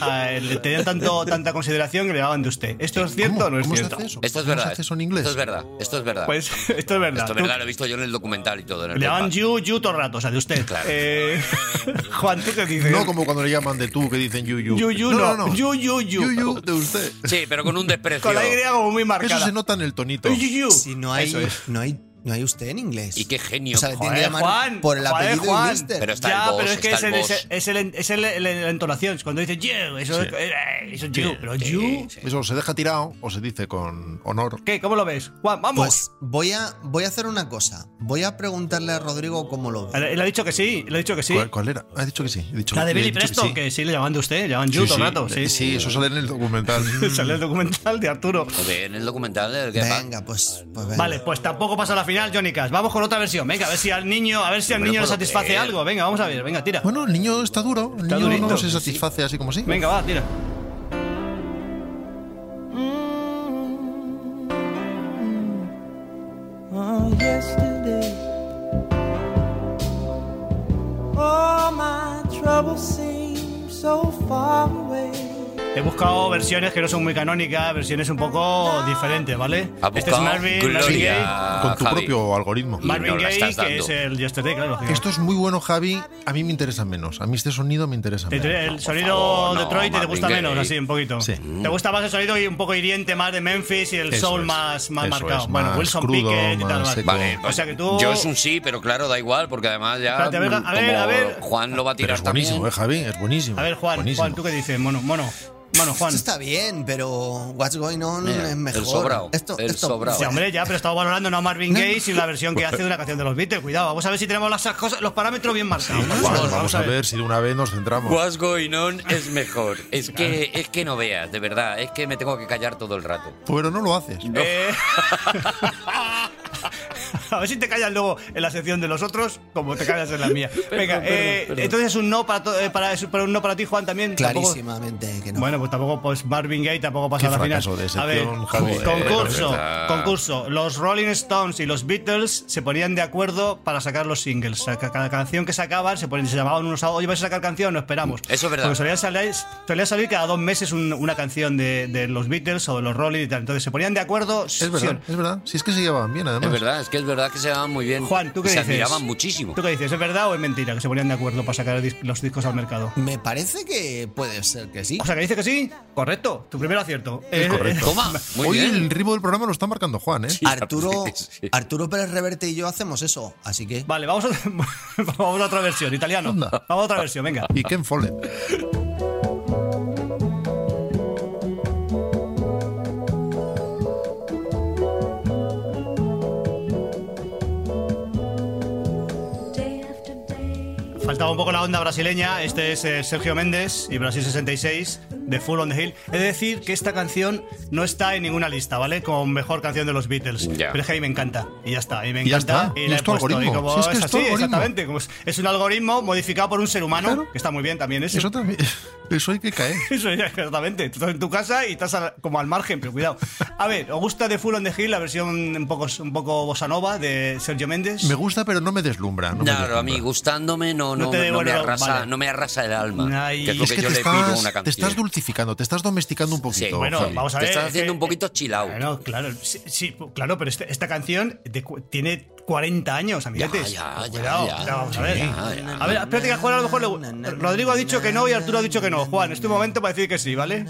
Speaker 6: A él le tenían tanto, tanta consideración que le llamaban de usted. ¿Esto es cierto o no es
Speaker 7: ¿Cómo se
Speaker 6: cierto?
Speaker 7: hace eso?
Speaker 5: Esto
Speaker 7: ¿Cómo
Speaker 5: es
Speaker 7: se
Speaker 5: verdad.
Speaker 7: hace eso en inglés?
Speaker 5: Esto es verdad. Esto es verdad.
Speaker 6: Pues esto es verdad.
Speaker 5: Esto es
Speaker 6: Tú-
Speaker 5: verdad, lo he visto yo en el documental y todo. En el
Speaker 6: le llaman
Speaker 5: podcast.
Speaker 6: you, you todo el rato, o sea, de usted.
Speaker 5: Claro.
Speaker 6: Eh, Juan, ¿tú qué dices?
Speaker 7: No como cuando le llaman de tú, que dicen yuyu.
Speaker 6: Yuyu
Speaker 7: no,
Speaker 6: no,
Speaker 7: no, no.
Speaker 6: yuyu, yu.
Speaker 7: Yuyu de usted.
Speaker 5: Sí, pero con un desprecio.
Speaker 6: Con la Y como muy marcada.
Speaker 7: Eso se nota en el tonito.
Speaker 6: Yuyu, yu.
Speaker 3: Si no hay,
Speaker 6: Eso es.
Speaker 3: no hay No hay usted en inglés.
Speaker 5: Y qué genio.
Speaker 3: O sea, le tiene que
Speaker 5: Joder,
Speaker 3: llamar
Speaker 6: Juan,
Speaker 3: por el
Speaker 6: joder,
Speaker 3: apellido y
Speaker 6: Juan.
Speaker 3: mister.
Speaker 5: Pero está
Speaker 6: ya,
Speaker 5: el boss,
Speaker 6: pero es que
Speaker 5: está
Speaker 6: es,
Speaker 5: el
Speaker 6: el, es,
Speaker 5: boss.
Speaker 6: el- es el- es el- el- la entonación. Es Cuando dice you, eso
Speaker 2: Sí.
Speaker 6: es eh, eso es you, pero you.
Speaker 2: Eso se deja tirado o se dice con honor.
Speaker 6: ¿Qué? ¿Cómo lo ves? Juan, vamos.
Speaker 3: Pues voy a, voy a hacer una cosa. Voy a preguntarle a Rodrigo cómo lo ve.
Speaker 6: él, él ha dicho que sí, él ha dicho que sí.
Speaker 2: ¿Cuál, cuál era? Ha dicho que sí. He dicho,
Speaker 6: La de
Speaker 2: le he
Speaker 6: Billy
Speaker 2: dicho que
Speaker 6: Preston,
Speaker 2: sí.
Speaker 6: que sí le llaman de usted, le llaman you
Speaker 2: Sí,
Speaker 6: todo el
Speaker 2: sí.
Speaker 6: rato. Sí,
Speaker 2: Sí, eso sale en el documental.
Speaker 6: Sale el documental de Arturo.
Speaker 5: Joder, en el documental del que va.
Speaker 3: Venga, pues, pues venga.
Speaker 6: Vale, pues tampoco pasa la final, Johnny Cash. Vamos con otra versión. Venga, a ver si al niño, a ver si al
Speaker 5: me lo
Speaker 6: niño le
Speaker 5: puedo
Speaker 6: satisface
Speaker 5: creer.
Speaker 6: algo. Venga, vamos a ver, venga, tira.
Speaker 2: Bueno, el niño está duro. El
Speaker 6: Está
Speaker 2: niño
Speaker 6: durito.
Speaker 2: no se satisface así como sí.
Speaker 6: Venga, va, tira.
Speaker 9: Oh, yesterday. All my troubles seem so far away.
Speaker 6: He buscado versiones que no son muy canónicas, versiones un poco diferentes, ¿vale?
Speaker 5: Ha
Speaker 6: Este es
Speaker 5: buscado
Speaker 6: Marvin, Marvin
Speaker 5: gloria.
Speaker 6: Gaye.
Speaker 2: Con tu
Speaker 5: Javi.
Speaker 2: propio algoritmo.
Speaker 6: Marvin
Speaker 5: no la
Speaker 6: Gaye,
Speaker 5: estás
Speaker 6: que
Speaker 5: dando.
Speaker 6: es el Yesterday, claro. lógico.
Speaker 2: Esto es muy bueno, Javi. A mí me interesa menos. A mí este sonido me interesa
Speaker 6: Te-
Speaker 2: menos.
Speaker 6: te- El sonido
Speaker 5: favor, no,
Speaker 6: Detroit te
Speaker 5: Marvin
Speaker 6: gusta
Speaker 5: Gaye.
Speaker 6: menos, así un poquito.
Speaker 2: Sí.
Speaker 6: Te gusta más el sonido y un poco hiriente más de Memphis y el
Speaker 2: Eso
Speaker 6: soul
Speaker 2: es.
Speaker 6: más, más
Speaker 2: Eso
Speaker 6: marcado.
Speaker 2: es,
Speaker 6: bueno,
Speaker 2: más
Speaker 6: Wilson
Speaker 2: crudo,
Speaker 6: Pickett y tal.
Speaker 2: más
Speaker 6: vale.
Speaker 2: seco.
Speaker 5: Vale,
Speaker 6: O sea que tú.
Speaker 5: Yo es un sí, pero claro, da igual, porque además ya. mm,
Speaker 6: Espérate, a ver, a ver,
Speaker 5: como
Speaker 6: a ver.
Speaker 5: Juan lo va a
Speaker 2: Pero
Speaker 5: tirar
Speaker 2: es buenísimo, eh,
Speaker 5: también.
Speaker 2: Javi. Es buenísimo.
Speaker 6: A ver, Juan,
Speaker 2: Buenísimo.
Speaker 6: Juan, ¿tú qué dices? Mono, mono. Mono, Juan.
Speaker 3: Esto está bien, pero What's Going On
Speaker 5: Mira,
Speaker 3: es mejor.
Speaker 5: el sobrao,
Speaker 3: Esto,
Speaker 5: el
Speaker 3: esto-
Speaker 5: sobrao.
Speaker 6: Sí, hombre, ya, pero estaba valorando no a Marvin Gaye, sino la versión que hace de una canción de los Beatles. Cuidado, vamos a ver si tenemos las cosas, los parámetros bien marcados. por
Speaker 2: Juan,
Speaker 6: favor,
Speaker 2: vamos, a ver si de una vez nos centramos.
Speaker 5: What's going on es mejor. Es que, es que no veas, de verdad. Es que me tengo que callar todo el rato.
Speaker 2: Pero no lo haces.
Speaker 6: Eh, a ver si te callas luego en la sección de los otros, como te callas en la mía. Venga, eh, entonces un no para, to- eh, para, es un no para ti, Juan, también. Tampoco-
Speaker 3: Clarísimamente que no.
Speaker 6: Bueno, pues tampoco, pues Marvin Gaye tampoco pasa
Speaker 2: Qué
Speaker 6: a la final.
Speaker 2: fracaso de
Speaker 6: a
Speaker 2: sección,
Speaker 6: ver,
Speaker 2: Javi.
Speaker 6: concurso,
Speaker 5: Joder,
Speaker 6: concurso. Los Rolling Stones y los Beatles se ponían de acuerdo para sacar los singles. O sea, ca- cada canción que sacaban se, ponían, se llamaban unos a oye, vais a sacar canción, no esperamos.
Speaker 5: Eso es verdad.
Speaker 6: Porque solía salir, solía salir cada dos meses un- una canción de, de los Beatles o de los Rolling y tal. Entonces se ponían de acuerdo.
Speaker 2: Es verdad, es verdad. Si es que se llevaban bien, además.
Speaker 5: Es verdad, es que es verdad que se daban muy bien.
Speaker 6: Juan, ¿tú qué
Speaker 5: se
Speaker 6: dices?
Speaker 5: admiraban muchísimo.
Speaker 6: ¿Tú qué dices? ¿Es verdad o es mentira que se ponían de acuerdo para sacar dis- los discos al mercado?
Speaker 3: Me parece que puede ser que sí.
Speaker 6: O sea, que dices que sí, correcto, tu primer acierto. Eh,
Speaker 2: correcto.
Speaker 5: Toma, muy
Speaker 2: Hoy
Speaker 5: bien.
Speaker 2: el ritmo del programa lo está marcando Juan, ¿eh?
Speaker 3: Arturo,
Speaker 5: Sí.
Speaker 3: Arturo Pérez Reverte y yo hacemos eso, así que
Speaker 6: Vale, vamos a, vamos a otra versión, italiano.
Speaker 2: Anda.
Speaker 6: Vamos a otra versión, venga.
Speaker 2: Y Ken Follett.
Speaker 11: Day after day.
Speaker 6: Faltaba un poco la onda brasileña. Este es eh, Sergio Méndez y Brasil 66 de Full on the Hill. He de decir que esta canción no está en ninguna lista, ¿vale? Como mejor canción de los Beatles.
Speaker 5: Ya.
Speaker 6: Pero es que a mí me encanta. Y ya está. Y me
Speaker 2: Y ya
Speaker 6: encanta.
Speaker 2: está.
Speaker 6: Y
Speaker 2: Y
Speaker 6: la
Speaker 2: es
Speaker 6: he
Speaker 2: tu
Speaker 6: puesto.
Speaker 2: algoritmo.
Speaker 6: Y como
Speaker 2: Si es que
Speaker 6: es
Speaker 2: es tu
Speaker 6: así,
Speaker 2: algoritmo.
Speaker 6: exactamente. Como es, es un algoritmo modificado por un ser humano,
Speaker 2: Claro.
Speaker 6: que está muy bien también eso.
Speaker 2: Eso también. Eso hay que caer.
Speaker 6: Eso ya, exactamente. Tú estás en tu casa y estás al- como al margen, pero cuidado. A ver, ¿os gusta de Full on the Hill la versión un poco, un poco bossa nova de Sergio Méndez?
Speaker 2: Me gusta, pero no me deslumbra. No, me
Speaker 5: Claro,
Speaker 2: deslumbra.
Speaker 5: a mí gustándome no,
Speaker 6: No
Speaker 5: no,
Speaker 6: te
Speaker 5: me- no me
Speaker 6: devuelvo-
Speaker 5: arrasa,
Speaker 6: vale.
Speaker 5: no me arrasa el alma.
Speaker 6: Ay.
Speaker 5: que es lo
Speaker 2: Es
Speaker 5: que,
Speaker 2: que
Speaker 5: yo
Speaker 2: te
Speaker 5: le pido a
Speaker 2: estás,
Speaker 5: una canción.
Speaker 2: te estás dulcificando, te estás domesticando un poquito.
Speaker 5: Sí, bueno,
Speaker 2: Javi.
Speaker 6: vamos a
Speaker 5: Te
Speaker 6: ver,
Speaker 5: estás
Speaker 6: es
Speaker 5: haciendo un poquito chill out.
Speaker 6: Claro, claro, sí, sí, claro, pero este- esta canción de cu- tiene 40 años, amiguetes. Pues
Speaker 5: Ya, ya,
Speaker 6: cuidado,
Speaker 5: ya,
Speaker 6: cuidado, vamos a ver.
Speaker 5: ya, ya.
Speaker 6: A ver, espérate que a Juan a lo mejor le- Rodrigo ha dicho que no y Arturo ha dicho que no. Juan, es tu momento para decir que sí, ¿vale?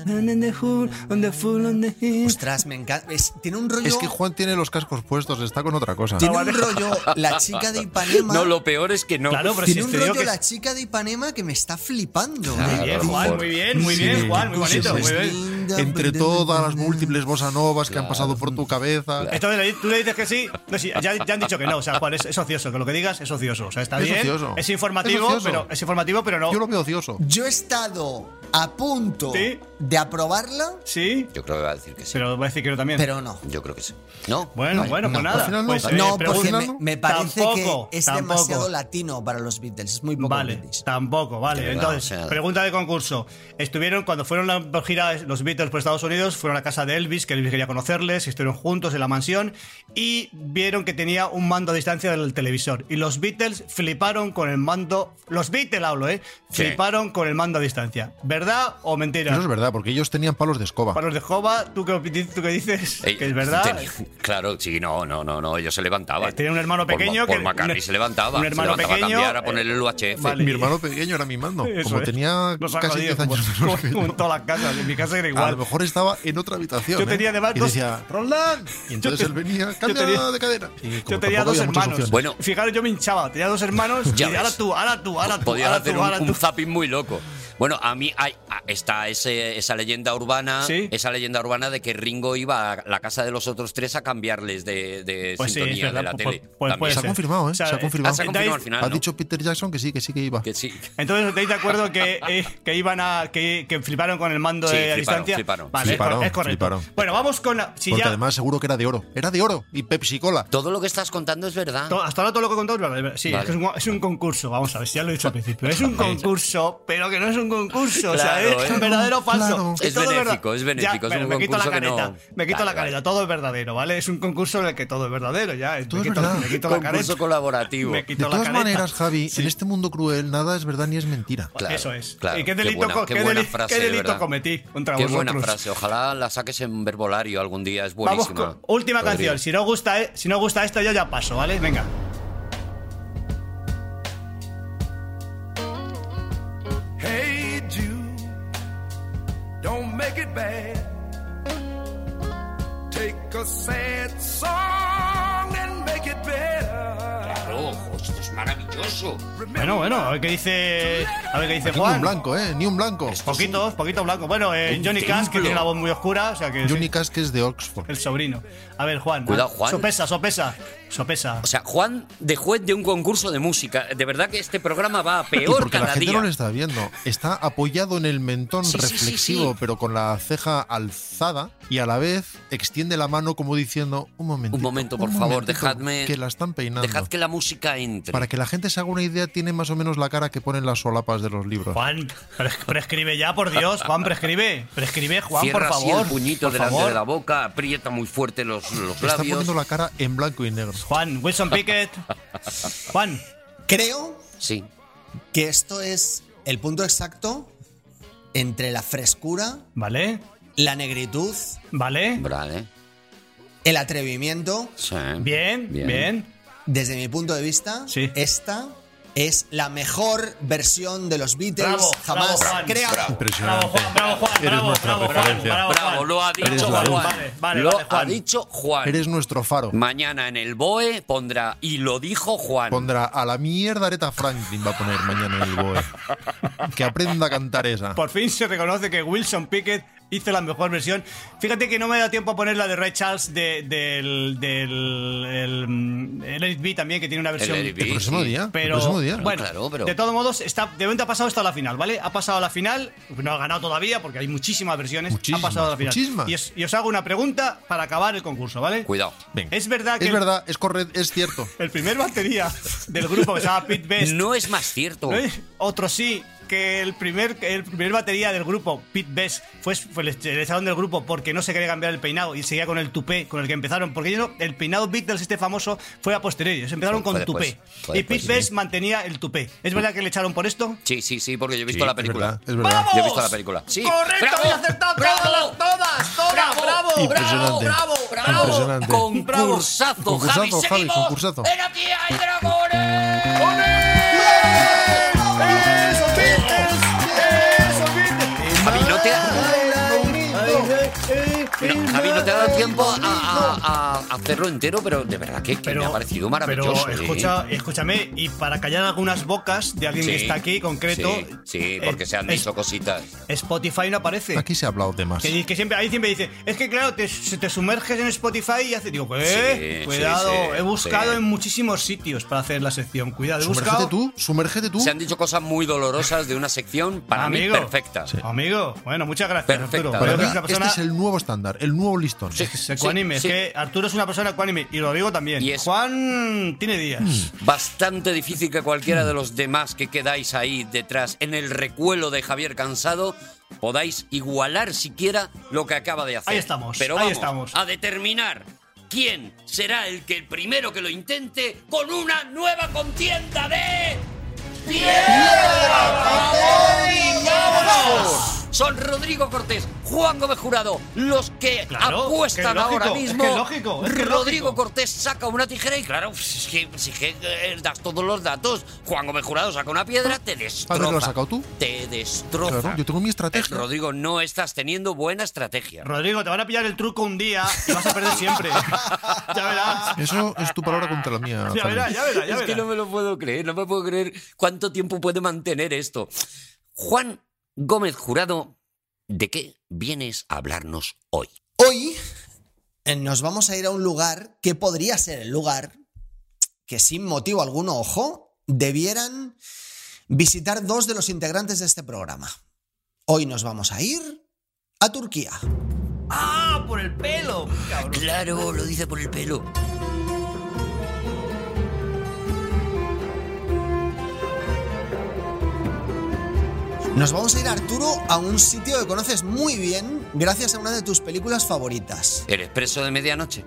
Speaker 3: ostras, me encanta. Es- tiene un rollo,
Speaker 2: Es que Juan tiene los cascos puestos, está con otra cosa.
Speaker 3: tiene un rollo la chica de Ipanema.
Speaker 5: Ah. No, lo peor es que Ah, no.
Speaker 6: Claro, pero si
Speaker 3: tiene un
Speaker 6: te digo
Speaker 3: rollo
Speaker 6: que...
Speaker 3: la chica de Ipanema que me está flipando. ¿eh?
Speaker 6: Muy bien, Juan, muy bien, muy bien, Juan, muy bonito, muy bien.
Speaker 2: Entre todas las múltiples bossa novas que han pasado por tu cabeza.
Speaker 6: Entonces le- tú le dices que sí, no, sí, ya, ya han dicho que no, o sea, Juan, es, es ocioso, que lo que digas es ocioso, o sea, está
Speaker 2: Es
Speaker 6: bien,
Speaker 2: ocioso.
Speaker 6: es informativo,
Speaker 2: Es ocioso.
Speaker 6: pero es informativo, pero no,
Speaker 2: Yo lo veo ocioso.
Speaker 3: Yo he estado a punto
Speaker 6: Sí.
Speaker 3: de aprobarla,
Speaker 6: sí,
Speaker 5: Yo creo que va a decir que sí.
Speaker 6: pero voy a decir que no también.
Speaker 3: pero no.
Speaker 5: Yo creo que sí. No.
Speaker 6: Bueno,
Speaker 5: Vale.
Speaker 6: bueno, pues
Speaker 2: No,
Speaker 6: nada.
Speaker 2: al final no.
Speaker 6: pues, eh,
Speaker 3: No,
Speaker 6: pero-
Speaker 3: porque
Speaker 2: al
Speaker 3: me,
Speaker 2: final no.
Speaker 3: me parece
Speaker 6: Tampoco,
Speaker 3: que es
Speaker 6: tampoco.
Speaker 3: demasiado latino para los Beatles. Es muy poco
Speaker 6: Vale,
Speaker 3: British.
Speaker 6: tampoco, vale.
Speaker 5: De
Speaker 2: Eh,
Speaker 5: verdad,
Speaker 6: Entonces,
Speaker 5: o sea-
Speaker 6: pregunta de concurso. Estuvieron, cuando fueron a la gira los Beatles por Estados Unidos, fueron a la casa de Elvis, que Elvis quería conocerles, estuvieron juntos en la mansión y vieron que tenía un mando a distancia del televisor. Y los Beatles fliparon con el mando. Los Beatles hablo, ¿eh?
Speaker 5: Sí.
Speaker 6: Fliparon con el mando a distancia. ¿Verdad o mentira?
Speaker 2: Eso es verdad, porque ellos tenían palos de escoba.
Speaker 6: Palos de Jova, ¿tú qué, opi- tú qué dices?
Speaker 5: Ey,
Speaker 6: que es verdad.
Speaker 5: tenía- claro, sí, no, no, no, no. Ellos se levantaban.
Speaker 6: Eh, tenía un hermano
Speaker 5: Paul Ma-
Speaker 6: pequeño
Speaker 5: Paul
Speaker 6: que-
Speaker 5: McCartney
Speaker 6: un-
Speaker 5: se levantaba.
Speaker 6: un hermano
Speaker 5: se levantaba
Speaker 6: pequeño,
Speaker 5: a cambiar, a
Speaker 6: eh,
Speaker 5: ponerle el UHF.
Speaker 6: vale.
Speaker 2: Mi hermano pequeño era mi mando.
Speaker 6: Eso
Speaker 2: Como
Speaker 6: es.
Speaker 2: tenía
Speaker 6: Nos ha
Speaker 2: casi
Speaker 6: jodido,
Speaker 2: 10 años
Speaker 6: como-
Speaker 2: menos que
Speaker 6: como
Speaker 2: yo.
Speaker 6: en todas las casas. En mi casa era igual.
Speaker 2: a lo mejor estaba en otra habitación.
Speaker 6: Yo
Speaker 2: ¿eh?
Speaker 6: tenía además
Speaker 2: Y
Speaker 6: dos-
Speaker 2: decía, Roland. Y entonces
Speaker 6: te-
Speaker 2: él venía,
Speaker 6: yo
Speaker 2: cambia
Speaker 6: tenía-
Speaker 2: de cadena. Y como tampoco
Speaker 6: Yo tenía dos
Speaker 2: había muchas
Speaker 6: hermanos.
Speaker 2: opciones.
Speaker 5: Bueno.
Speaker 6: Fijaros, yo me hinchaba. Tenía dos hermanos.
Speaker 5: Ya
Speaker 6: y ahora
Speaker 5: ves.
Speaker 6: tú, ahora tú, ahora tú.
Speaker 5: Podías
Speaker 6: ahora
Speaker 5: hacer
Speaker 6: tú,
Speaker 5: un,
Speaker 6: ahora
Speaker 5: un
Speaker 6: tú.
Speaker 5: zapping muy loco. Bueno, a mí hay- a- está ese- esa leyenda urbana,
Speaker 6: Sí.
Speaker 5: esa leyenda urbana de que Ringo iba a la casa de los otros tres a cambiarles de, de
Speaker 6: Pues sí, es
Speaker 5: sintonía
Speaker 6: verdad,
Speaker 5: de la
Speaker 6: pues-
Speaker 5: tele.
Speaker 6: pues
Speaker 5: También.
Speaker 6: puede
Speaker 2: Se ha
Speaker 6: ser.
Speaker 2: confirmado, ¿eh?
Speaker 6: O sea,
Speaker 2: se ha
Speaker 6: eh,
Speaker 5: Ah,
Speaker 2: confirmado.
Speaker 5: se ha
Speaker 6: Dais-
Speaker 5: confirmado al final,
Speaker 2: Ha
Speaker 5: ¿no?
Speaker 2: dicho Peter Jackson que sí, que sí que iba.
Speaker 5: que sí.
Speaker 6: Entonces, ¿estáis de acuerdo que, eh, que iban a. Que, que fliparon con el mando
Speaker 5: Sí,
Speaker 6: de a
Speaker 5: fliparon,
Speaker 6: distancia?
Speaker 5: fliparon.
Speaker 6: Vale, es cor-
Speaker 2: Fliparon,
Speaker 6: es correcto.
Speaker 2: fliparon.
Speaker 6: Bueno, vamos con. la- Si
Speaker 2: Porque
Speaker 6: ya.
Speaker 2: además seguro que era de oro. Era de oro y Pepsi Cola.
Speaker 5: Todo lo que estás contando es verdad.
Speaker 6: to- hasta ahora todo lo que he contado es verdad. Sí,
Speaker 5: Vale.
Speaker 6: es, que es un, es un concurso. Vamos a ver, si ya lo he dicho al principio. Es un concurso, pero que no es un concurso. o sea,
Speaker 5: Claro,
Speaker 6: es
Speaker 5: ¿eh?
Speaker 6: verdadero o falso.
Speaker 2: Claro.
Speaker 6: Que
Speaker 5: Es
Speaker 6: todo verdad.
Speaker 5: benéfico, es benéfico, es
Speaker 6: pero
Speaker 5: un
Speaker 6: me quito la
Speaker 5: concurso que no-
Speaker 6: careta. Me quito la
Speaker 5: Vale, vale.
Speaker 6: careta. Todo es verdadero, ¿vale? Es un concurso en el que todo es verdadero. Ya, eh,
Speaker 2: Todo
Speaker 6: me,
Speaker 2: es
Speaker 6: quito,
Speaker 2: verdad.
Speaker 6: me quito la careta.
Speaker 5: Concurso colaborativo.
Speaker 6: Me
Speaker 2: De
Speaker 6: quito la
Speaker 2: todas
Speaker 6: careta.
Speaker 2: maneras, Javi,
Speaker 6: Sí.
Speaker 2: en este mundo cruel nada es verdad ni es mentira.
Speaker 5: Claro,
Speaker 6: Eso es.
Speaker 5: claro.
Speaker 6: ¿Y qué
Speaker 5: Qué
Speaker 6: delito,
Speaker 5: buena-
Speaker 6: co-
Speaker 5: qué
Speaker 6: qué
Speaker 5: buena
Speaker 6: deli-
Speaker 5: frase,
Speaker 6: qué
Speaker 5: de
Speaker 6: delito
Speaker 5: verdad.
Speaker 6: cometí contra
Speaker 5: Qué
Speaker 6: vosotros?
Speaker 5: buena frase. Ojalá la saques en verbolario algún día. Es
Speaker 6: Vamos
Speaker 5: buenísima.
Speaker 6: con última
Speaker 5: Rodrigo.
Speaker 6: canción. Si no gusta, eh, si no gusta esta, yo ya paso, ¿vale? Venga.
Speaker 1: Hey Jude, don't make it bad. Take a sad song and make it better.
Speaker 5: Claro, ojo, esto es maravilloso.
Speaker 6: Bueno, bueno, a ver qué dice. A ver qué dice
Speaker 2: Ni un
Speaker 6: Juan.
Speaker 2: blanco, ¿eh? Ni un blanco.
Speaker 6: Poquitos, poquitos blancos. Bueno, eh,
Speaker 5: un
Speaker 6: Johnny Cash, que
Speaker 5: templo.
Speaker 6: tiene la voz muy oscura, o sea que. sí,
Speaker 2: Johnny Cash que es de Oxford.
Speaker 6: el sobrino. A ver, Juan.
Speaker 5: Cuidado, Juan.
Speaker 6: Sopesa, sopesa. Sopesa.
Speaker 5: O sea, Juan de juez de un concurso de música. De verdad que este programa va a
Speaker 2: Y
Speaker 5: peor
Speaker 2: porque
Speaker 5: cada
Speaker 2: la gente
Speaker 5: día.
Speaker 2: no le está viendo. Está apoyado en el mentón
Speaker 5: Sí, sí, sí,
Speaker 2: reflexivo,
Speaker 5: sí.
Speaker 2: pero con la ceja alzada y a la vez extiende la mano como diciendo un momento.
Speaker 5: Un momento, por favor, dejadme-
Speaker 2: Que la están peinando.
Speaker 5: Dejad que la música entre.
Speaker 2: Para que la gente se haga una idea, tiene más o menos la cara que ponen las solapas de los libros.
Speaker 6: Juan, pre- prescribe ya, por Dios. Juan, prescribe. Prescribe, Juan, por
Speaker 5: Cierra
Speaker 6: favor.
Speaker 5: así el puñito
Speaker 6: por
Speaker 5: delante
Speaker 6: favor.
Speaker 5: de la boca, aprieta muy fuerte los, los
Speaker 2: Está
Speaker 5: labios.
Speaker 2: poniendo la cara en blanco y negro.
Speaker 6: Juan, Wilson Pickett. Juan.
Speaker 3: Creo
Speaker 5: Sí.
Speaker 3: que esto es el punto exacto entre la frescura,
Speaker 6: ¿Vale?
Speaker 3: la negritud,
Speaker 6: ¿Vale?
Speaker 5: Vale.
Speaker 3: el atrevimiento.
Speaker 5: ¿eh? Sí.
Speaker 6: Bien, bien.
Speaker 3: Desde mi punto de vista,
Speaker 6: Sí.
Speaker 3: esta es la mejor versión de los Beatles
Speaker 6: Bravo,
Speaker 3: jamás
Speaker 6: bravo, Juan,
Speaker 3: creada.
Speaker 5: bravo.
Speaker 2: Impresionante.
Speaker 6: Bravo, Juan, bravo, Juan,
Speaker 2: Eres
Speaker 6: bravo,
Speaker 2: nuestra
Speaker 6: bravo, Juan,
Speaker 2: referencia.
Speaker 6: bravo, Juan.
Speaker 5: Bravo, lo ha dicho
Speaker 2: la
Speaker 5: Juan.
Speaker 2: luz.
Speaker 6: Vale, vale,
Speaker 5: lo
Speaker 6: vale,
Speaker 5: ha
Speaker 6: Juan.
Speaker 5: dicho Juan.
Speaker 2: Eres nuestro faro.
Speaker 5: Mañana en el BOE pondrá, y lo dijo Juan.
Speaker 2: Pondrá a la mierda Aretha Franklin va a poner mañana en el BOE. Que aprenda a cantar esa.
Speaker 6: Por fin se reconoce que Wilson Pickett hizo la mejor versión. Fíjate que no me da tiempo a poner la de Ray Charles de- del. del. el, mm, el Let It Be también, que tiene una versión.
Speaker 5: Let It Be.
Speaker 2: El próximo
Speaker 5: Sí, sí.
Speaker 2: día. el
Speaker 6: Pero,
Speaker 2: próximo día.
Speaker 6: bueno,
Speaker 5: Claro, pero-
Speaker 6: de todos modos, está, de momento ha pasado hasta la final, ¿vale? Ha pasado a la final, no ha ganado todavía porque hay muchísimas versiones.
Speaker 2: Muchísimas,
Speaker 6: ha pasado a la final.
Speaker 2: muchísimas.
Speaker 6: Y, os, y os hago una pregunta para acabar el concurso, ¿vale?
Speaker 5: Cuidado.
Speaker 2: Venga.
Speaker 6: Es verdad que
Speaker 2: Es
Speaker 6: el-
Speaker 2: verdad, es correcto, es cierto.
Speaker 6: el primer batería del grupo que se llama Pete Best
Speaker 5: No es más cierto.
Speaker 6: ¿No es? ¿Eh? Otro sí, que el primer, el primer batería del grupo, Pete Best, fue, fue el esterilizaron del grupo porque no se quería cambiar el peinado y seguía con el tupé con el que empezaron. Porque ellos no- el peinado Beatles, este famoso, fue a posteriori. Ellos empezaron
Speaker 5: Fue-
Speaker 6: con
Speaker 5: fue después,
Speaker 6: tupé.
Speaker 5: fue
Speaker 6: y Pete
Speaker 5: después, sí.
Speaker 6: Best mantenía el tupé. ¿Es verdad que le echaron por esto?
Speaker 5: Sí, sí, sí, porque yo he visto
Speaker 2: Sí,
Speaker 5: la película.
Speaker 2: Es verdad, es verdad.
Speaker 5: Yo he visto la película. Sí.
Speaker 6: ¡Correcto!
Speaker 5: ¡Bravo!
Speaker 6: ¡Habéis acertado
Speaker 5: ¡Bravo!
Speaker 6: todas, todas, todas!
Speaker 5: ¡Bravo!
Speaker 6: ¡Bravo!
Speaker 2: Impresionante.
Speaker 6: ¡Bravo, bravo!
Speaker 2: Impresionante.
Speaker 5: Concursazo,
Speaker 2: Concursazo,
Speaker 5: Javi,
Speaker 2: Javi,
Speaker 5: seguimos.
Speaker 2: concursazo.
Speaker 5: Ven aquí, hay dragones. Javi, no te ha, no, Javi, no te ha dado tiempo a, a- a- a hacerlo entero, pero de verdad que, que me ha parecido maravilloso.
Speaker 6: Pero
Speaker 5: ¿eh?
Speaker 6: escucha, escúchame, y para callar algunas bocas de alguien
Speaker 5: Sí,
Speaker 6: que está aquí concreto.
Speaker 5: Sí, sí, porque
Speaker 6: eh,
Speaker 5: se han
Speaker 6: es-
Speaker 5: dicho cositas.
Speaker 6: Spotify no aparece.
Speaker 2: Aquí se ha hablado de más.
Speaker 6: Que, di- que siempre, ahí siempre dice, es que claro, te, se te sumerges en Spotify y hace, digo, eh,
Speaker 5: Sí,
Speaker 6: cuidado,
Speaker 5: sí, sí,
Speaker 6: he buscado
Speaker 5: sí.
Speaker 6: en muchísimos sitios para hacer la sección, cuidado, he
Speaker 2: Sumérgete
Speaker 6: buscado...
Speaker 2: tú, sumérgete tú.
Speaker 5: Se han dicho cosas muy dolorosas de una sección para
Speaker 6: Amigo.
Speaker 5: mí perfecta.
Speaker 6: Amigo, bueno, muchas gracias,
Speaker 5: Perfecta,
Speaker 6: Arturo.
Speaker 2: Para
Speaker 6: Creo que
Speaker 2: mí,
Speaker 6: es una persona...
Speaker 2: Este es el nuevo estándar, el nuevo listón.
Speaker 5: Sí.
Speaker 6: es ecuánime,
Speaker 5: sí.
Speaker 6: es que Arturo es una persona ecuánime, y lo digo también.
Speaker 5: Y es-
Speaker 6: Juan tiene
Speaker 7: Mm.
Speaker 6: días.
Speaker 5: Bastante difícil que cualquiera de los demás que quedáis ahí detrás en el recuelo de Javier Cansado podáis igualar siquiera lo que acaba de hacer.
Speaker 6: Ahí estamos,
Speaker 5: Pero
Speaker 6: ahí
Speaker 5: vamos
Speaker 6: estamos.
Speaker 5: a determinar quién será el que el primero que lo intente con una nueva contienda de... ¡Piedra, papel y vámonos! son Rodrigo Cortés, Juan Gómez Jurado, los que
Speaker 6: Claro,
Speaker 5: apuestan
Speaker 6: que es lógico,
Speaker 5: ahora
Speaker 6: es
Speaker 5: mismo.
Speaker 6: que es lógico, es que es
Speaker 5: Rodrigo
Speaker 6: lógico.
Speaker 5: Cortés saca una tijera y claro, si es que, si es que, eh, das todos los datos, Juan Gómez Jurado saca una piedra, te destroza.
Speaker 7: Ah, ¿lo has sacado tú?
Speaker 5: Te destroza.
Speaker 7: Claro, yo tengo mi estrategia.
Speaker 5: Eh, Rodrigo, no estás teniendo buena estrategia.
Speaker 6: Rodrigo, te van a pillar el truco un día y vas a perder siempre. ya verás.
Speaker 7: Eso es tu palabra contra la mía.
Speaker 6: Ya
Speaker 7: Javi.
Speaker 6: verás, ya verás, ya
Speaker 5: es que
Speaker 6: verás.
Speaker 5: no me lo puedo creer, no me puedo creer cuánto tiempo puede mantener esto. Juan Gómez Jurado, ¿de qué vienes a hablarnos hoy?
Speaker 3: Hoy eh, nos vamos a ir a un lugar que podría ser el lugar que sin motivo alguno, ojo, debieran visitar dos de los integrantes de este programa. Hoy nos vamos a ir a Turquía.
Speaker 6: ¡Ah! ¡Por el pelo! Cabrón.
Speaker 5: Claro, lo dice por el pelo.
Speaker 3: Nos vamos a ir, Arturo, a un sitio que conoces muy bien gracias a una de tus películas favoritas.
Speaker 5: El expreso de medianoche.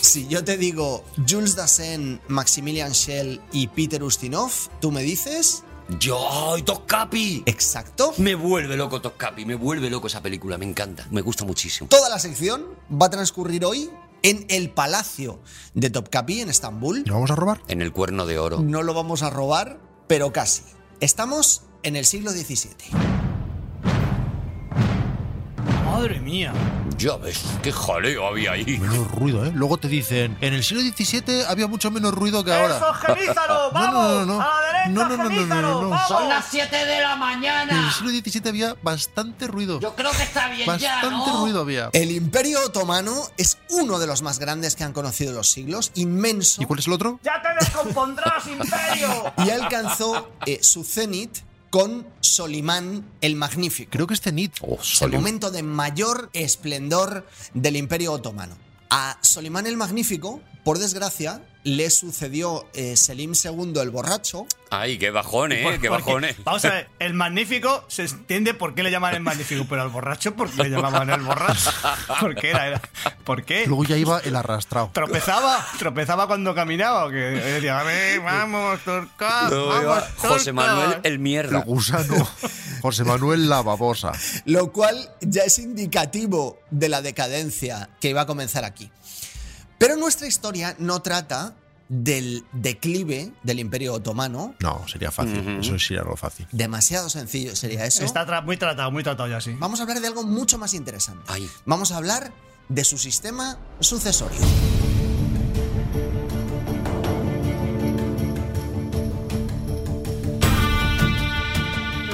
Speaker 3: Si yo te digo Jules Dassin, Maximilian Schell y Peter Ustinov, tú me dices...
Speaker 5: Yo, ¡ay, Toscapi!
Speaker 3: Exacto.
Speaker 5: Me vuelve loco Toscapi, me vuelve loco esa película, me encanta, me gusta muchísimo.
Speaker 3: Toda la sección va a transcurrir hoy en el Palacio de Topkapi en Estambul.
Speaker 7: ¿Lo vamos a robar?
Speaker 5: En el cuerno de oro.
Speaker 3: No lo vamos a robar, pero casi. Estamos en el siglo XVII.
Speaker 6: Madre mía.
Speaker 5: Ya ves, qué jaleo había ahí.
Speaker 7: Menos ruido, ¿eh? Luego te dicen, en el siglo XVII había mucho menos ruido que
Speaker 6: ¡Eso,
Speaker 7: ahora.
Speaker 6: Gemízaro!
Speaker 7: No,
Speaker 6: ¡Vamos!
Speaker 7: no, no, no.
Speaker 6: ¡A la derecha,
Speaker 7: No, no, no, no, no,
Speaker 6: Gemízaro!
Speaker 7: no, no.
Speaker 6: ¡Vamos!
Speaker 4: Son las 7 de la
Speaker 7: En el
Speaker 4: mañana.
Speaker 7: siglo XVII había bastante ruido.
Speaker 4: Yo creo que está bien ya,
Speaker 7: Bastante
Speaker 4: ¿no?
Speaker 7: ruido había.
Speaker 6: Eh.
Speaker 3: El Imperio Otomano es uno de los más grandes que han conocido los siglos, inmenso,
Speaker 7: ¿Y cuál es el otro?
Speaker 6: ¡Ya te descompondrás, imperio!
Speaker 3: y alcanzó eh, su cenit con Solimán el Magnífico.
Speaker 7: Creo que es Zenit.
Speaker 5: Oh,
Speaker 3: Es el
Speaker 5: Solim-
Speaker 3: momento de mayor esplendor del Imperio Otomano. A Solimán el Magnífico, por desgracia, le sucedió eh, Selim II el Borracho.
Speaker 5: Ay, qué bajón, eh,
Speaker 6: Porque-
Speaker 5: qué bajón, eh.
Speaker 6: Vamos a ver, el magnífico se entiende por qué le llaman el magnífico, pero al borracho, ¿por qué le llamaban el borracho? ¿Por qué era? era- ¿Por qué?
Speaker 7: Luego ya iba el arrastrado.
Speaker 6: ¿Tropezaba? ¿Tropezaba cuando caminaba? ¿O que decía, a ver, vamos, turca,
Speaker 5: No,
Speaker 6: vamos,
Speaker 5: iba José
Speaker 6: turca"?
Speaker 5: Manuel el
Speaker 7: El
Speaker 5: mierda.
Speaker 7: gusano. José Manuel la babosa.
Speaker 3: lo cual ya es indicativo de la decadencia que iba a comenzar aquí. Pero nuestra historia no trata del declive del Imperio Otomano.
Speaker 7: No, sería fácil. Eso sería lo fácil.
Speaker 3: Demasiado sencillo sería eso.
Speaker 6: Está tra- muy tratado, muy tratado ya, sí.
Speaker 3: Vamos a hablar de algo mucho más interesante.
Speaker 5: Ay.
Speaker 3: Vamos a hablar de su sistema sucesorio.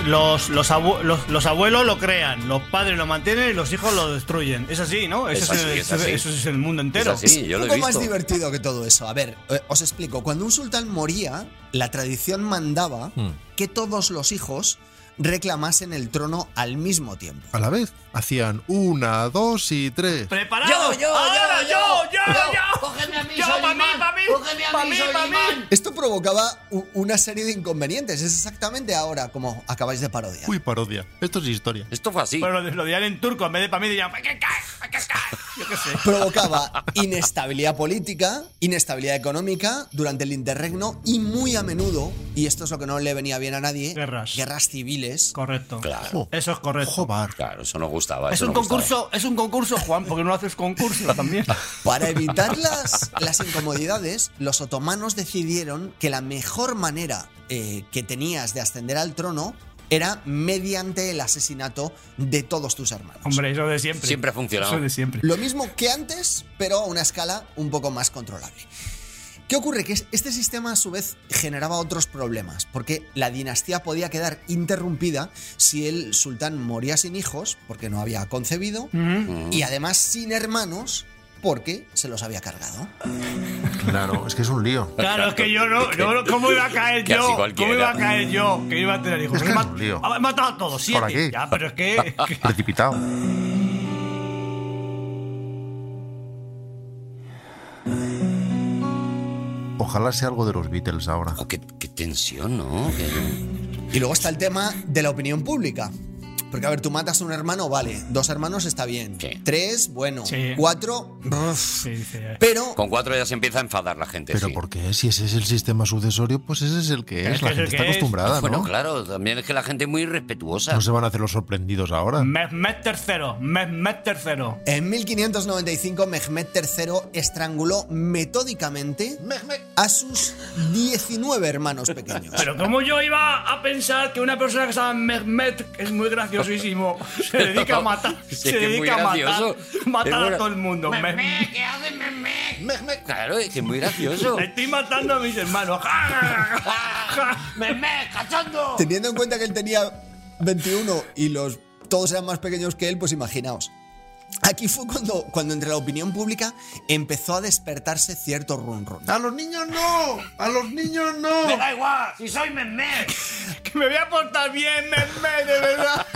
Speaker 6: Los, los, abu- los, los abuelos lo crean, los padres lo mantienen y los hijos lo destruyen. Es así, ¿no? Eso,
Speaker 5: Es
Speaker 6: es,
Speaker 5: así,
Speaker 6: el,
Speaker 5: es así.
Speaker 6: eso es el mundo entero.
Speaker 5: Es así, yo
Speaker 3: un
Speaker 5: lo he
Speaker 3: poco más
Speaker 5: visto.
Speaker 3: divertido que todo eso. A ver, eh, os explico. Cuando un sultán moría, la tradición mandaba
Speaker 5: Hmm.
Speaker 3: que todos los hijos reclamasen el trono al mismo tiempo.
Speaker 7: A la vez, hacían una, dos y tres.
Speaker 6: ¡Preparado! ¡Ahora, yo, yo, yo!
Speaker 4: Cógeme a mí,
Speaker 6: Yo, pa' mí,
Speaker 4: Solimán.
Speaker 6: pa' mí.
Speaker 4: Cógeme a
Speaker 6: Pa'
Speaker 4: mí,
Speaker 6: mí, pa' mí.
Speaker 4: Solimán.
Speaker 3: Esto provocaba u- una serie de inconvenientes. Es exactamente ahora como acabáis de parodiar.
Speaker 7: Uy, parodia. Esto es historia.
Speaker 5: Esto fue así.
Speaker 6: Bueno, lo, lo dirán en turco, en vez de para mí dirían "Pa' que cae, pa' que cae". Yo qué sé.
Speaker 3: Provocaba inestabilidad política, inestabilidad económica durante el interregno y muy a menudo, y esto es lo que no le venía bien a nadie,
Speaker 6: Guerras.
Speaker 3: guerras civiles.
Speaker 6: Correcto.
Speaker 5: Claro,
Speaker 6: Eso es correcto.
Speaker 7: Jobar.
Speaker 5: claro, eso nos gustaba.
Speaker 6: es
Speaker 5: eso
Speaker 6: un
Speaker 5: nos gustaba.
Speaker 6: concurso, es un concurso, Juan, porque no haces concurso también.
Speaker 3: Para evitar las, las incomodidades, los otomanos decidieron que la mejor manera eh, que tenías de ascender al trono era mediante el asesinato de todos tus hermanos.
Speaker 6: Hombre, eso de siempre.
Speaker 5: Siempre ha funcionado.
Speaker 6: Eso de siempre.
Speaker 3: Lo mismo que antes, pero a una escala un poco más controlable. ¿Qué ocurre? Que es- este sistema a su vez generaba otros problemas, porque la dinastía podía quedar interrumpida si el sultán moría sin hijos, porque no había concebido, y además sin hermanos, porque se los había cargado.
Speaker 7: Claro, es que es un lío.
Speaker 6: Claro, es que yo no,
Speaker 5: Es que-
Speaker 6: yo no- ¿cómo iba a caer
Speaker 5: que así
Speaker 6: yo? ¿Cómo
Speaker 5: cualquiera.
Speaker 6: iba a caer yo? Que iba a tener hijos.
Speaker 7: Es que
Speaker 6: He
Speaker 7: es
Speaker 6: mat-
Speaker 7: un lío.
Speaker 6: Ah, He matado a todos, siete.
Speaker 7: Por aquí.
Speaker 6: Ya, pero es que, que-
Speaker 7: Precipitado. Ojalá sea algo de los Beatles ahora.
Speaker 5: Oh, qué, qué tensión, ¿no? Que-
Speaker 3: Y luego está el tema de la opinión pública. Porque, a ver, tú matas a un hermano, vale. Dos hermanos está bien. Tres, bueno.
Speaker 5: Sí.
Speaker 3: Cuatro, bruf.
Speaker 5: Pero. Con cuatro ya se empieza a enfadar la gente.
Speaker 2: Pero
Speaker 5: sí.
Speaker 2: ¿por qué? Si ese es el sistema sucesorio, pues ese es el que es.
Speaker 5: Es que
Speaker 2: La
Speaker 5: es el
Speaker 2: gente está
Speaker 5: que es.
Speaker 2: acostumbrada, ¿no?
Speaker 5: Bueno, claro, también es que la gente es muy respetuosa.
Speaker 2: No se van a hacer los sorprendidos ahora.
Speaker 6: Mehmet III, Mehmet III.
Speaker 3: En 1595, Mehmed III estranguló metódicamente a sus 19 hermanos pequeños.
Speaker 6: Pero como yo iba a pensar que una persona que se llama Mehmet, que es muy graciosísimo, se dedica a matar,
Speaker 5: Sí,
Speaker 6: se
Speaker 5: que es muy
Speaker 6: dedica a matar,
Speaker 5: gracioso. Es
Speaker 6: matar
Speaker 5: buena-
Speaker 6: a todo el mundo. Mehmet.
Speaker 5: Claro, es que es muy gracioso.
Speaker 6: Estoy matando a mis hermanos.
Speaker 4: ¡Meme, cachondo!
Speaker 3: Teniendo en cuenta que él tenía 21 y los todos eran más pequeños que él, pues imaginaos. Aquí fue cuando, cuando entre la opinión pública empezó a despertarse cierto run run.
Speaker 2: ¡A los niños no! ¡A los niños no!
Speaker 4: ¡Me da igual! ¡Si soy meme!
Speaker 6: que me voy a portar bien, Mehmet, de verdad.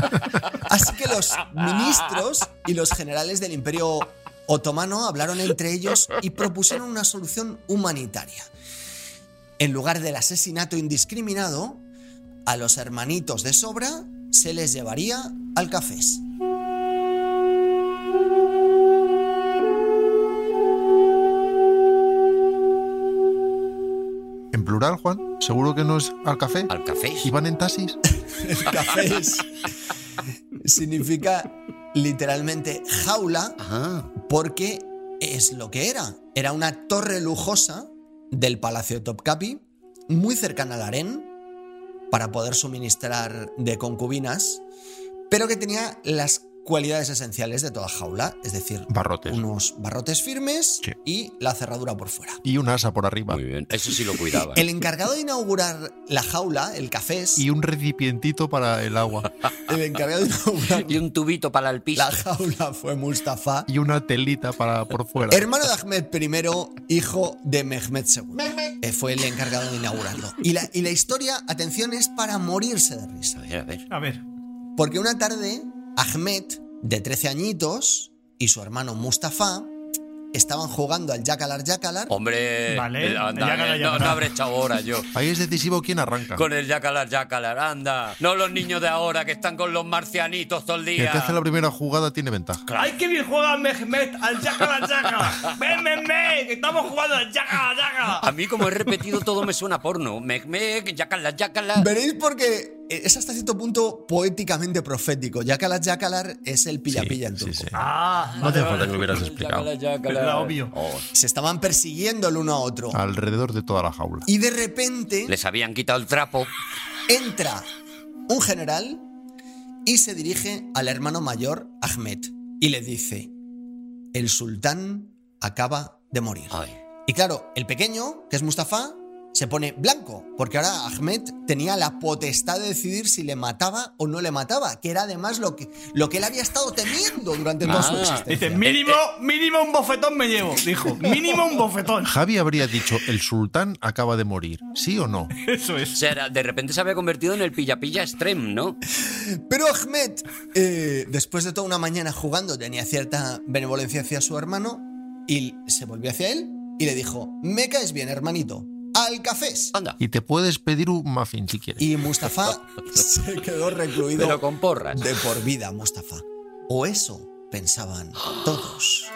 Speaker 3: Así que los ministros y los generales del Imperio Otomano hablaron entre ellos y propusieron una solución humanitaria. En lugar del asesinato indiscriminado, a los hermanitos de sobra se les llevaría al cafés.
Speaker 2: En plural, Juan, seguro que no es al café. Al
Speaker 5: café.
Speaker 2: ¿Y van en taxis?
Speaker 3: El cafés significa literalmente jaula porque es lo que era. Era una torre lujosa del Palacio Topkapi, muy cercana al harén, para poder suministrar de concubinas, pero que tenía las cualidades esenciales de toda jaula, es decir,
Speaker 2: Barrotes.
Speaker 3: unos barrotes firmes y la cerradura por fuera.
Speaker 2: Y un asa por arriba.
Speaker 5: Muy bien, eso sí lo cuidaba.
Speaker 3: El encargado de inaugurar la jaula, el cafés,
Speaker 2: Y un recipientito para el agua.
Speaker 3: el encargado de inaugurar
Speaker 5: Y un tubito para el piso.
Speaker 3: la jaula fue Mustafa
Speaker 2: y una telita para por fuera.
Speaker 3: Hermano de Ahmed I, hijo de Mehmed II. Eh, Fue el encargado de inaugurarlo. Y la, y la historia, atención, es para morirse de risa. ¿eh?
Speaker 5: A ver, a ver.
Speaker 6: A ver.
Speaker 3: Porque una tarde, Ahmed, de 13 añitos, y su hermano Mustafa estaban jugando al Jackalar Jackalar.
Speaker 5: Oh. Hombre,
Speaker 6: Vale,
Speaker 5: el- anda,
Speaker 6: el Yácala,
Speaker 5: eh, no,
Speaker 6: Yácala.
Speaker 5: no habré echado ahora yo.
Speaker 2: Ahí es decisivo quién arranca.
Speaker 5: Con el yacalar, yacalar, anda. No los niños de ahora que están con los marcianitos todo el
Speaker 2: El
Speaker 5: día.
Speaker 2: que hace la primera jugada tiene ventaja.
Speaker 6: ¡Ay, qué bien juega Mehmet al Yaka la Yaka! ¡Ven, Mehmet! que ¡Estamos jugando al Yaka la Yaka!
Speaker 5: A mí, como he repetido, todo me suena a porno. Mec, mec, yacalar, yacalar.
Speaker 3: Veréis porque eh, es hasta cierto punto poéticamente profético. Jackalar Jackalar es el pilla-pilla en turco.
Speaker 6: Ah,
Speaker 2: No hace falta que lo hubieras explicado.
Speaker 5: Yacalar, yacalar.
Speaker 6: Era obvio.
Speaker 5: Oh,
Speaker 3: Se estaban persiguiendo el uno a otro.
Speaker 2: Ah. Alrededor de toda la jaula.
Speaker 3: Y de repente...
Speaker 5: les habían quitado el trapo.
Speaker 3: Entra un general y se dirige al hermano mayor, Ahmed, y le dice, el sultán acaba de morir.
Speaker 5: Ay,
Speaker 3: Y claro, el pequeño, que es Mustafa, se pone blanco, porque ahora Ahmed tenía la potestad de decidir si le mataba o no le mataba, que era además lo que, lo que él había estado temiendo durante toda su
Speaker 5: Ah,
Speaker 6: Dice,
Speaker 3: existencia.
Speaker 6: mínimo, mínimo un bofetón me llevo. Dijo, mínimo un bofetón.
Speaker 2: Javi habría dicho, el sultán acaba de morir. ¿Sí o no?
Speaker 6: Eso
Speaker 5: o
Speaker 6: es.
Speaker 5: sea, era- de repente se había convertido en el pilla-pilla extreme, ¿no?
Speaker 3: Pero Ahmed, eh, después de toda una mañana jugando, tenía cierta benevolencia hacia su hermano y se volvió hacia él y le dijo, me caes bien, hermanito, al cafés.
Speaker 5: Anda.
Speaker 2: Y te puedes pedir un muffin si quieres.
Speaker 3: Y Mustafa se quedó recluido
Speaker 5: Pero con porras.
Speaker 3: de por vida, Mustafa. O eso pensaban todos.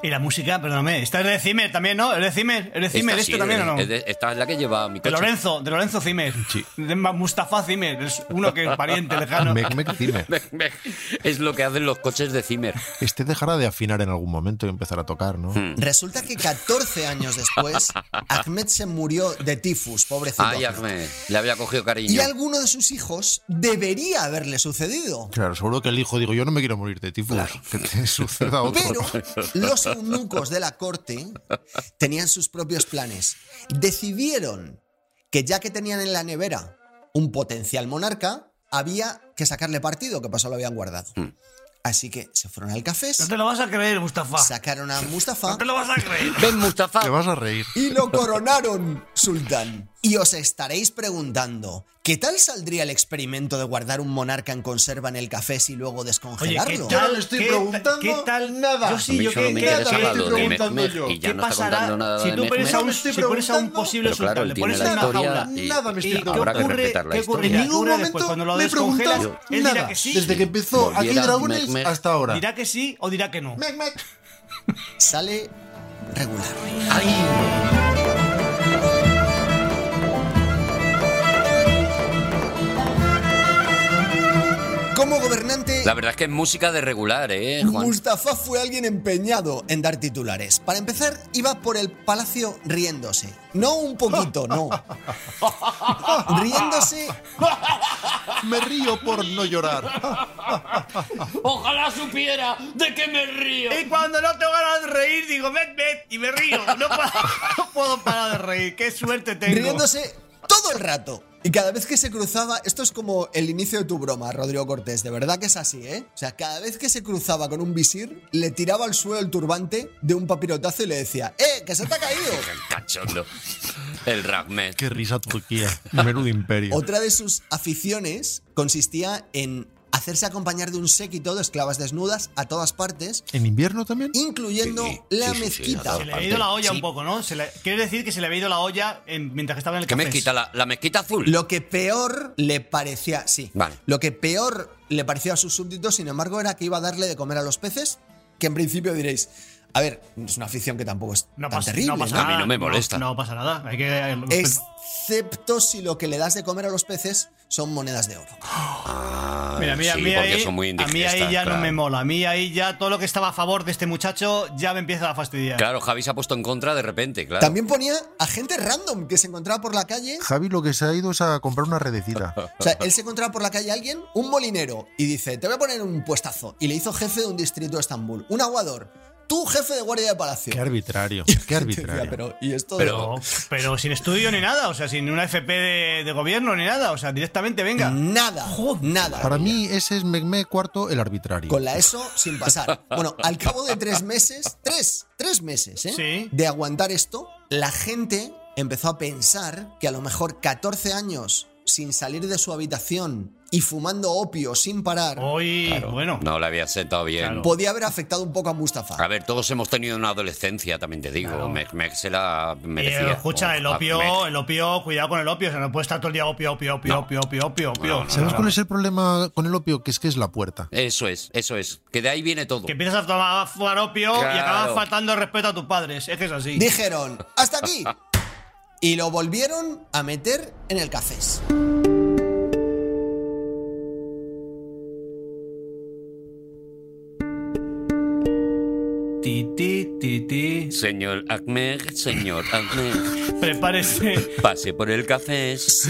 Speaker 6: Y la música, perdóname. Esta es de Zimmer también, ¿no? ¿Es de Zimmer? ¿Es de Zimmer
Speaker 5: Esta
Speaker 6: esto
Speaker 5: sí,
Speaker 6: también o no?
Speaker 5: es de- esta es la que lleva mi
Speaker 6: De
Speaker 5: coche.
Speaker 6: Lorenzo, de Lorenzo Zimmer. De Ma- Mustafa Zimmer, es uno que es pariente lejano.
Speaker 2: Mec, mec, dime,
Speaker 5: Mec, mec. Es lo que hacen los coches de Zimmer.
Speaker 2: este dejará de afinar en algún momento y empezar a tocar, ¿no?
Speaker 3: Hmm. Resulta que 14 años después, Ahmed se murió de tifus, pobrecito.
Speaker 5: Ay,
Speaker 3: Ahmed.
Speaker 5: Ahmed, Ah, le había cogido cariño.
Speaker 3: Y alguno de sus hijos debería haberle sucedido.
Speaker 2: Claro, seguro que el hijo digo, yo no me quiero morir de tifus, que te suceda otro.
Speaker 3: Pero los eunucos de la corte tenían sus propios planes. Decidieron que ya que tenían en la nevera un potencial monarca, había que sacarle partido, que pasó lo habían guardado. Así que se fueron al café,
Speaker 6: No te lo vas a creer, Mustafa.
Speaker 3: sacaron a Mustafa
Speaker 6: No te lo vas a creer.
Speaker 5: Ven, Mustafa.
Speaker 2: Te vas a reír.
Speaker 3: y lo coronaron Sultán. Y os estaréis preguntando, ¿qué tal saldría el experimento de guardar un monarca en conserva en el café si luego descongelarlo?
Speaker 6: ¿qué tal? Yo no le estoy ¿Qué preguntando
Speaker 3: ¿qué tal? nada.
Speaker 6: Yo sí,
Speaker 12: A mí
Speaker 6: yo
Speaker 12: solo
Speaker 6: qué-
Speaker 12: me
Speaker 6: qué-
Speaker 12: interesa
Speaker 6: qué-
Speaker 12: la
Speaker 6: qué
Speaker 12: lo de
Speaker 6: estoy
Speaker 12: Mej-
Speaker 6: preguntando
Speaker 12: Mej, y ya
Speaker 6: ¿Qué
Speaker 12: no está
Speaker 6: pasará
Speaker 12: contando nada
Speaker 6: si
Speaker 12: de
Speaker 6: tú
Speaker 12: Mej
Speaker 6: pones
Speaker 12: Mej?
Speaker 6: a
Speaker 12: No
Speaker 6: un,
Speaker 12: me
Speaker 6: si
Speaker 12: estoy
Speaker 6: pones a un posible
Speaker 12: Pero claro,
Speaker 6: sultán,
Speaker 12: él
Speaker 6: le
Speaker 12: tiene
Speaker 6: pones
Speaker 12: la
Speaker 6: en una
Speaker 12: historia
Speaker 6: jaula
Speaker 12: y
Speaker 6: nada me estoy
Speaker 12: habrá que
Speaker 6: ¿Qué ocurre,
Speaker 12: respetar la
Speaker 6: qué ocurre?
Speaker 12: historia.
Speaker 6: ¿Qué
Speaker 12: En
Speaker 6: ocurre
Speaker 2: ningún
Speaker 5: Pues
Speaker 6: después
Speaker 2: momento
Speaker 6: cuando lo
Speaker 2: me he
Speaker 6: descongelas?
Speaker 2: preguntado
Speaker 6: Él dirá
Speaker 2: nada.
Speaker 6: que sí.
Speaker 2: Desde que empezó Volviera Aquí Dragones Mej Mej. hasta ahora.
Speaker 6: ¿Dirá que sí o dirá que no?
Speaker 3: Sale regular. Como gobernante,
Speaker 5: La verdad es que es música de regular, ¿eh, Juan?
Speaker 3: Mustafa fue alguien empeñado en dar titulares. Para empezar, iba por el palacio riéndose. No un poquito, no. Riéndose.
Speaker 2: Me río por no llorar.
Speaker 4: Ojalá supiera de qué me río.
Speaker 6: Y cuando no tengo ganas de reír, digo, met, met, y me río. No, pa- no puedo parar de reír. Qué suerte tengo.
Speaker 3: riéndose todo el rato. Y cada vez que se cruzaba, esto es como el inicio de tu broma, Rodrigo Cortés, de verdad que es así, ¿eh? O sea, cada vez que se cruzaba con un visir, le tiraba al suelo el turbante de un papirotazo y le decía, ¡eh, que se te ha caído!
Speaker 5: Cachondo. El Rahmet.
Speaker 2: Qué risa Turquía. Menudo imperio.
Speaker 3: Otra de sus aficiones consistía en hacerse acompañar de un séquito de esclavas desnudas a todas partes,
Speaker 2: ¿En invierno también?
Speaker 3: incluyendo
Speaker 2: Sí, sí,
Speaker 3: la
Speaker 2: sí, sí, sí,
Speaker 3: mezquita.
Speaker 6: Se le había ido la olla un poco, ¿no? Se le- Quiere decir que se le había ido la olla en- mientras que estaba en el
Speaker 5: ¿Qué
Speaker 6: café.
Speaker 5: mezquita? La, la mezquita azul.
Speaker 3: Lo que peor le parecía, sí, lo que peor le parecía a sus súbditos, sin embargo, era que iba a darle de comer a los peces, que en principio diréis, a ver, es una afición que tampoco es
Speaker 6: No
Speaker 3: tan
Speaker 6: pasa,
Speaker 3: terrible,
Speaker 6: no pasa
Speaker 3: ¿no?
Speaker 6: nada.
Speaker 5: A mí no me molesta.
Speaker 6: No, no pasa nada. Hay que... eh, pues,
Speaker 3: excepto si lo que le das de comer a los peces son monedas de oro.
Speaker 6: Mira, mira,
Speaker 5: sí,
Speaker 6: a mí
Speaker 5: porque
Speaker 6: ahí-
Speaker 5: son muy
Speaker 6: a mí ahí
Speaker 5: indigestas,
Speaker 6: ya
Speaker 5: claro.
Speaker 6: no me mola. A mí ahí ya todo lo que estaba a favor de este muchacho ya me empieza a fastidiar.
Speaker 5: Claro, Javi se ha puesto en contra de repente, claro.
Speaker 3: También ponía a gente random que se encontraba por la calle
Speaker 2: Javi lo que se ha ido es a comprar una redecita.
Speaker 3: O sea, él se encontraba por la calle a alguien, un molinero, y dice, te voy a poner un puestazo. Y le hizo jefe de un distrito de Estambul. Un aguador. Tú, jefe de guardia de palacio.
Speaker 2: Qué arbitrario. Qué arbitrario.
Speaker 3: pero, y esto de-
Speaker 6: Pero, pero sin estudio ni nada, o sea, sin una FP de, de gobierno ni nada, o sea, directamente venga.
Speaker 5: Mm.
Speaker 3: Nada, nada.
Speaker 2: Para mí ese es Megme cuarto, el arbitrario.
Speaker 3: Con la ESO sin pasar. Bueno, al cabo de tres meses, tres, tres meses, ¿eh?
Speaker 6: Sí.
Speaker 3: De aguantar esto, la gente empezó a pensar que a lo mejor 14 años sin salir de su habitación y fumando opio sin parar,
Speaker 6: Hoy, bueno,
Speaker 5: No le había sentado bien.
Speaker 3: podía haber afectado un poco a Mustafa.
Speaker 5: A ver, todos hemos tenido una adolescencia, también te digo. Meg Meg se la
Speaker 6: Eh,
Speaker 5: merecía.
Speaker 6: escucha, el
Speaker 5: Oh,
Speaker 6: opio,
Speaker 5: Meg.
Speaker 6: el opio, cuidado con el opio, o sea, no puede estar todo el día opio, opio, opio, opio, opio, opio, opio.
Speaker 2: ¿Sabes cuál es el problema con el opio? Que es que es la puerta.
Speaker 5: Eso es, eso es. Que de ahí viene todo.
Speaker 6: Que empiezas a tomar a fumar opio y
Speaker 5: Claro.
Speaker 6: acabas faltando el respeto a tus padres, es que es así.
Speaker 3: Dijeron, hasta aquí. Y lo volvieron a meter en el cafés.
Speaker 6: Ti, ti, ti, ti.
Speaker 5: Señor Ahmed, señor Ahmed,
Speaker 6: Prepárese.
Speaker 5: pase por el café,
Speaker 3: Su,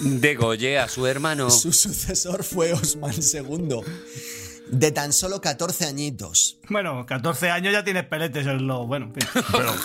Speaker 5: degolle a su hermano.
Speaker 3: su sucesor fue Osman II, de tan solo 14 añitos.
Speaker 6: Bueno, 14 años ya tienes peletes en lo. Bueno, en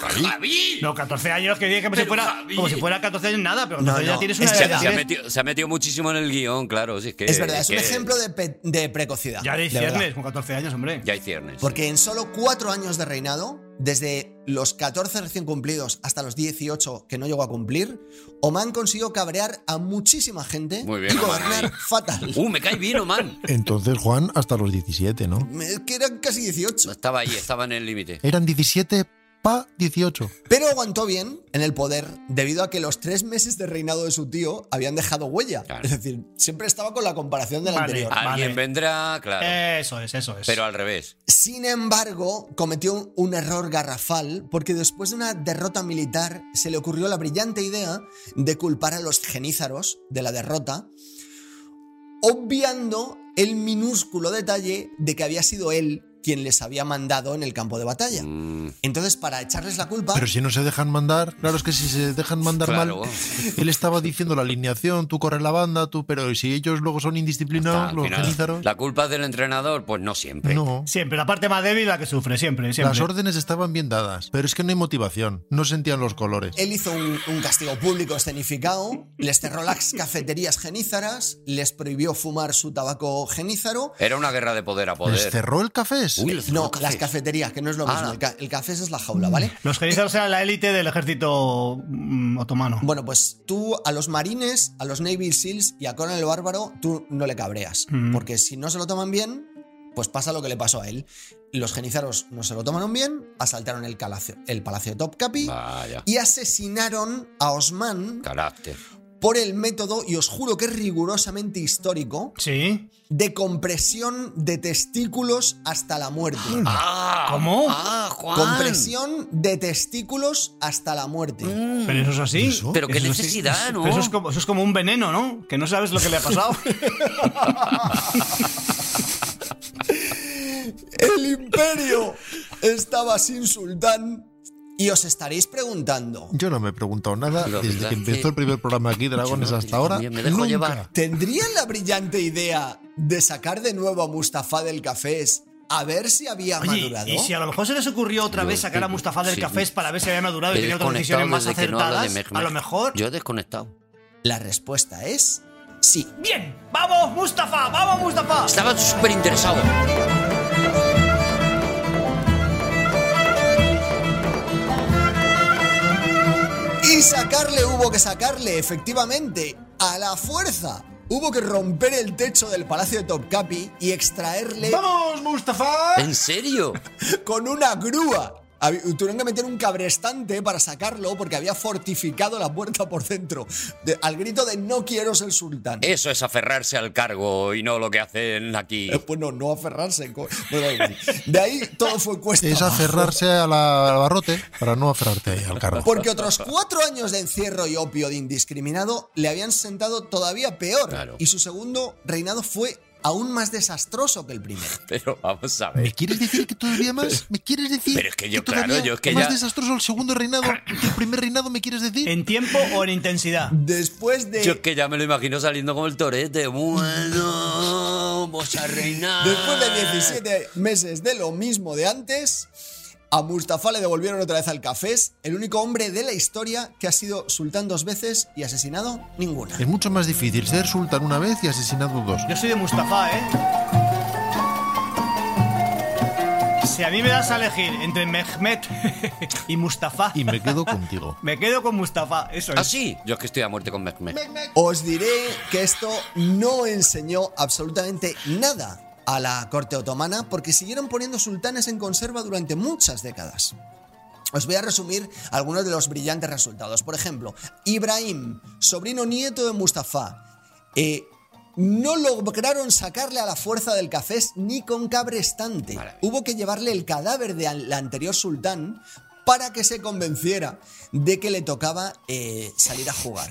Speaker 6: fin.
Speaker 5: ¡Javi!
Speaker 6: No, 14 años que dije como si
Speaker 5: Pero,
Speaker 6: fuera.
Speaker 5: Javi.
Speaker 6: Como si fuera 14 años nada, pero 14
Speaker 3: No,
Speaker 6: ya
Speaker 3: no,
Speaker 6: tienes
Speaker 3: es
Speaker 6: una
Speaker 3: que-
Speaker 6: edad.
Speaker 5: Se ha,
Speaker 6: tienes-
Speaker 5: metido, se ha metido muchísimo en el guión, claro. Si es, que,
Speaker 3: Es verdad, es un
Speaker 5: que
Speaker 3: ejemplo de, pe- de precocidad.
Speaker 6: Ya
Speaker 3: de
Speaker 6: discernes
Speaker 3: verdad.
Speaker 6: con 14 años, hombre.
Speaker 5: Ya hay ciernes.
Speaker 3: Porque en solo 4 años de reinado, desde los 14 recién cumplidos hasta los 18 que no llegó a cumplir, Oman consiguió cabrear a muchísima gente
Speaker 5: Muy bien,
Speaker 3: y gobernar
Speaker 5: Oman, ahí.
Speaker 3: fatal.
Speaker 5: ¡Uh, me cae bien, man!
Speaker 2: Entonces, Juan, hasta los 17, ¿no?
Speaker 3: Es Que eran casi 18.
Speaker 5: Estaba ahí, estaba en el límite.
Speaker 3: Eh,
Speaker 2: Eran 17 pa 18.
Speaker 3: Pero aguantó bien en el poder debido a que los tres meses de reinado de su tío habían dejado huella.
Speaker 5: Claro.
Speaker 3: Es decir, siempre estaba con la comparación del
Speaker 6: Vale.
Speaker 3: anterior.
Speaker 6: Ah.
Speaker 5: Alguien
Speaker 6: Vale.
Speaker 5: vendrá, claro.
Speaker 3: Eh,
Speaker 6: Eso es, eso es.
Speaker 5: pero al revés.
Speaker 3: Sin embargo, cometió un, un error garrafal porque después de una derrota militar se le ocurrió la brillante idea de culpar a los genízaros de la derrota, obviando el minúsculo detalle de que había sido él quien les había mandado en el campo de batalla.
Speaker 5: Mm,
Speaker 3: Entonces, para echarles la culpa,
Speaker 2: Pero si no se dejan mandar, claro es que si se dejan mandar
Speaker 5: Claro.
Speaker 2: mal, él estaba diciendo la alineación, tú corres la banda, tú, pero si ellos luego son
Speaker 5: está,
Speaker 2: indisciplinados,
Speaker 5: al
Speaker 2: los
Speaker 5: final.
Speaker 2: genízaros,
Speaker 5: La culpa es del entrenador, pues no siempre.
Speaker 2: no.
Speaker 6: Siempre, la parte más débil la que sufre, siempre, siempre.
Speaker 2: Las órdenes estaban bien dadas, pero es que no hay motivación, no sentían los colores.
Speaker 3: Él hizo un, un castigo público escenificado, les cerró las cafeterías genízaras, les prohibió fumar su tabaco genízaro
Speaker 5: Era una guerra de poder a
Speaker 2: ¿Les
Speaker 5: poder.
Speaker 2: cerró el café?
Speaker 3: Pues
Speaker 5: Uy,
Speaker 3: eh,
Speaker 5: los
Speaker 3: no,
Speaker 5: cafés.
Speaker 3: las cafeterías, que no es lo
Speaker 5: Ah.
Speaker 3: mismo. El, ca- el café esa es la jaula, ¿vale?
Speaker 6: Los jedizados eran la élite del ejército mm, otomano.
Speaker 3: Bueno, pues tú a los marines, a los Navy SEALs y a Conan el Bárbaro, tú no le cabreas.
Speaker 6: Mm.
Speaker 3: Porque si no se lo toman bien, pues pasa lo que le pasó a él. Los genizaros no se lo tomaron bien, asaltaron el, calacio- el palacio de Topkapi
Speaker 5: Vaya.
Speaker 3: y asesinaron a Osman
Speaker 5: Carácter.
Speaker 3: por el método, y os juro que es rigurosamente histórico,
Speaker 6: Sí.
Speaker 3: de compresión de testículos hasta la muerte.
Speaker 5: Ah,
Speaker 6: ¿Cómo?
Speaker 5: Ah, Juan.
Speaker 3: Compresión de testículos hasta la muerte.
Speaker 6: Pero eso es así.
Speaker 2: ¿Eso?
Speaker 5: Pero qué
Speaker 6: Eso es así.
Speaker 5: necesidad,
Speaker 6: Eso-
Speaker 5: ¿no?
Speaker 6: pero Eso es, como, eso es como un veneno, ¿no? Que no sabes lo que le ha pasado.
Speaker 3: El imperio estaba sin sultán. Y os estaréis preguntando,
Speaker 2: Yo no me he preguntado nada
Speaker 5: La
Speaker 2: desde que
Speaker 5: verdad que-
Speaker 2: empezó el primer programa aquí, Dragones,
Speaker 5: Yo no,
Speaker 2: hasta
Speaker 5: yo
Speaker 2: ahora.
Speaker 5: también me dejo
Speaker 2: nunca.
Speaker 5: llevar.
Speaker 3: ¿tendrían la brillante idea de sacar de nuevo a Mustafa del cafés a ver si había
Speaker 6: Oye,
Speaker 3: madurado?
Speaker 6: y si a lo mejor se les ocurrió otra
Speaker 5: Yo
Speaker 6: vez sacar a
Speaker 5: estoy-
Speaker 6: Mustafa del
Speaker 5: sí.
Speaker 6: cafés para ver si había madurado y
Speaker 5: He
Speaker 6: tenía otras
Speaker 5: desconectado
Speaker 6: decisiones más
Speaker 5: desde que no habla de
Speaker 6: acertadas,
Speaker 5: Mejmet.
Speaker 6: a lo mejor.
Speaker 5: Yo he desconectado.
Speaker 3: La respuesta es sí.
Speaker 6: ¡Bien! ¡Vamos, Mustafa! ¡Vamos, Mustafa!
Speaker 5: Estaba súper interesado.
Speaker 3: Y sacarle hubo que sacarle, efectivamente, a la fuerza. Hubo que romper el techo del palacio de Topkapi y extraerle
Speaker 2: ¡Vamos, Mustafa!
Speaker 5: ¿En serio?
Speaker 3: con una grúa. Habi- Tuvieron que meter un cabrestante para sacarlo porque había fortificado la puerta por dentro. de- al grito de no quiero ser sultán.
Speaker 5: Eso es aferrarse al cargo y no lo que hacen aquí.
Speaker 3: Eh, Pues no, no aferrarse. co- bueno, da igual. de ahí todo fue cuesta.
Speaker 2: Es
Speaker 3: abajo.
Speaker 2: aferrarse a la- al barrote para no aferrarte ahí al carro.
Speaker 3: Porque otros cuatero años de encierro y opio de indiscriminado le habían sentado todavía peor.
Speaker 5: Claro.
Speaker 3: Y su segundo reinado fue aún más desastroso que el primero.
Speaker 5: Pero vamos a
Speaker 2: ¿Me
Speaker 5: ver.
Speaker 2: quieres decir que todavía más? ¿Me quieres decir?
Speaker 5: Pero es que yo,
Speaker 2: todavía
Speaker 5: claro, yo es que
Speaker 2: más
Speaker 5: ya-
Speaker 2: desastroso el segundo reinado que el primer reinado, ¿me quieres decir?
Speaker 6: ¿En tiempo o en intensidad?
Speaker 3: Después de.
Speaker 5: Yo es que ya me lo imagino saliendo con el torete. Bueno, vos a reinar.
Speaker 3: Después de 17 meses de lo mismo de antes, a Mustafa le devolvieron otra vez al cafés, el único hombre de la historia que ha sido sultán dos veces y asesinado ninguna.
Speaker 2: Es mucho más difícil ser sultán una vez y asesinado dos.
Speaker 6: Yo soy de Mustafa, ¿eh? Si a mí me das a elegir entre Mehmet y Mustafa,
Speaker 2: Y me quedo contigo.
Speaker 6: me quedo con Mustafa. Eso es.
Speaker 5: ¿Ah, sí? Yo es que estoy a muerte con Mehmet.
Speaker 3: Os diré que esto no enseñó absolutamente nada a la corte otomana porque siguieron poniendo sultanes en conserva durante muchas décadas. Os voy a resumir algunos de los brillantes resultados. Por ejemplo, Ibrahim, sobrino nieto de Mustafa, eh, no lograron sacarle a la fuerza del cafés ni con cabrestante. Hubo que llevarle el cadáver del anterior sultán para que se convenciera de que le tocaba eh, salir a jugar.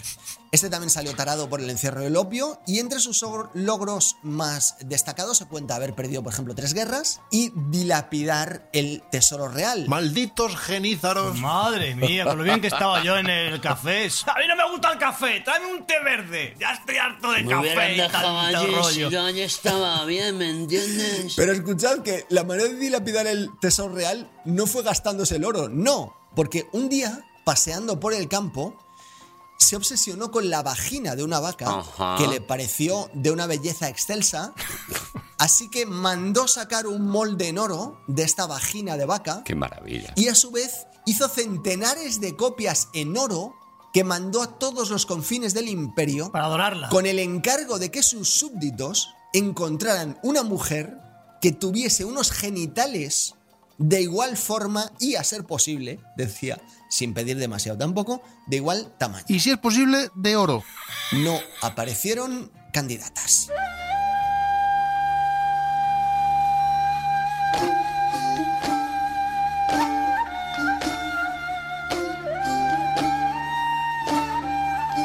Speaker 3: Este también salió tarado por el encierro del opio y entre sus ogro- logros más destacados se cuenta haber perdido, por ejemplo, tres guerras y dilapidar el tesoro real.
Speaker 2: Malditos genízaros.
Speaker 6: Madre mía, con lo bien que estaba yo en el café. A mí no me gusta el café, tráeme un té verde. Ya estoy harto de
Speaker 4: Me
Speaker 6: café
Speaker 4: hubieran
Speaker 6: y
Speaker 4: dejado
Speaker 6: tanto
Speaker 4: allí si
Speaker 6: rollo.
Speaker 4: yo allí estaba bien, ¿me entiendes?
Speaker 3: Pero escuchad que la manera de dilapidar el tesoro real no fue gastándose el oro, no, porque un día, paseando por el campo, se obsesionó con la vagina de una vaca
Speaker 5: Ajá.
Speaker 3: que le pareció de una belleza excelsa, así que mandó sacar un molde en oro de esta vagina de vaca
Speaker 5: Qué maravilla.
Speaker 3: y a su vez hizo centenares de copias en oro que mandó a todos los confines del imperio
Speaker 6: Para adorarla.
Speaker 3: con el encargo de que sus súbditos encontraran una mujer que tuviese unos genitales de igual forma y, a ser posible, decía, sin pedir demasiado tampoco, de igual tamaño.
Speaker 2: Y si es posible, de oro.
Speaker 3: No aparecieron candidatas.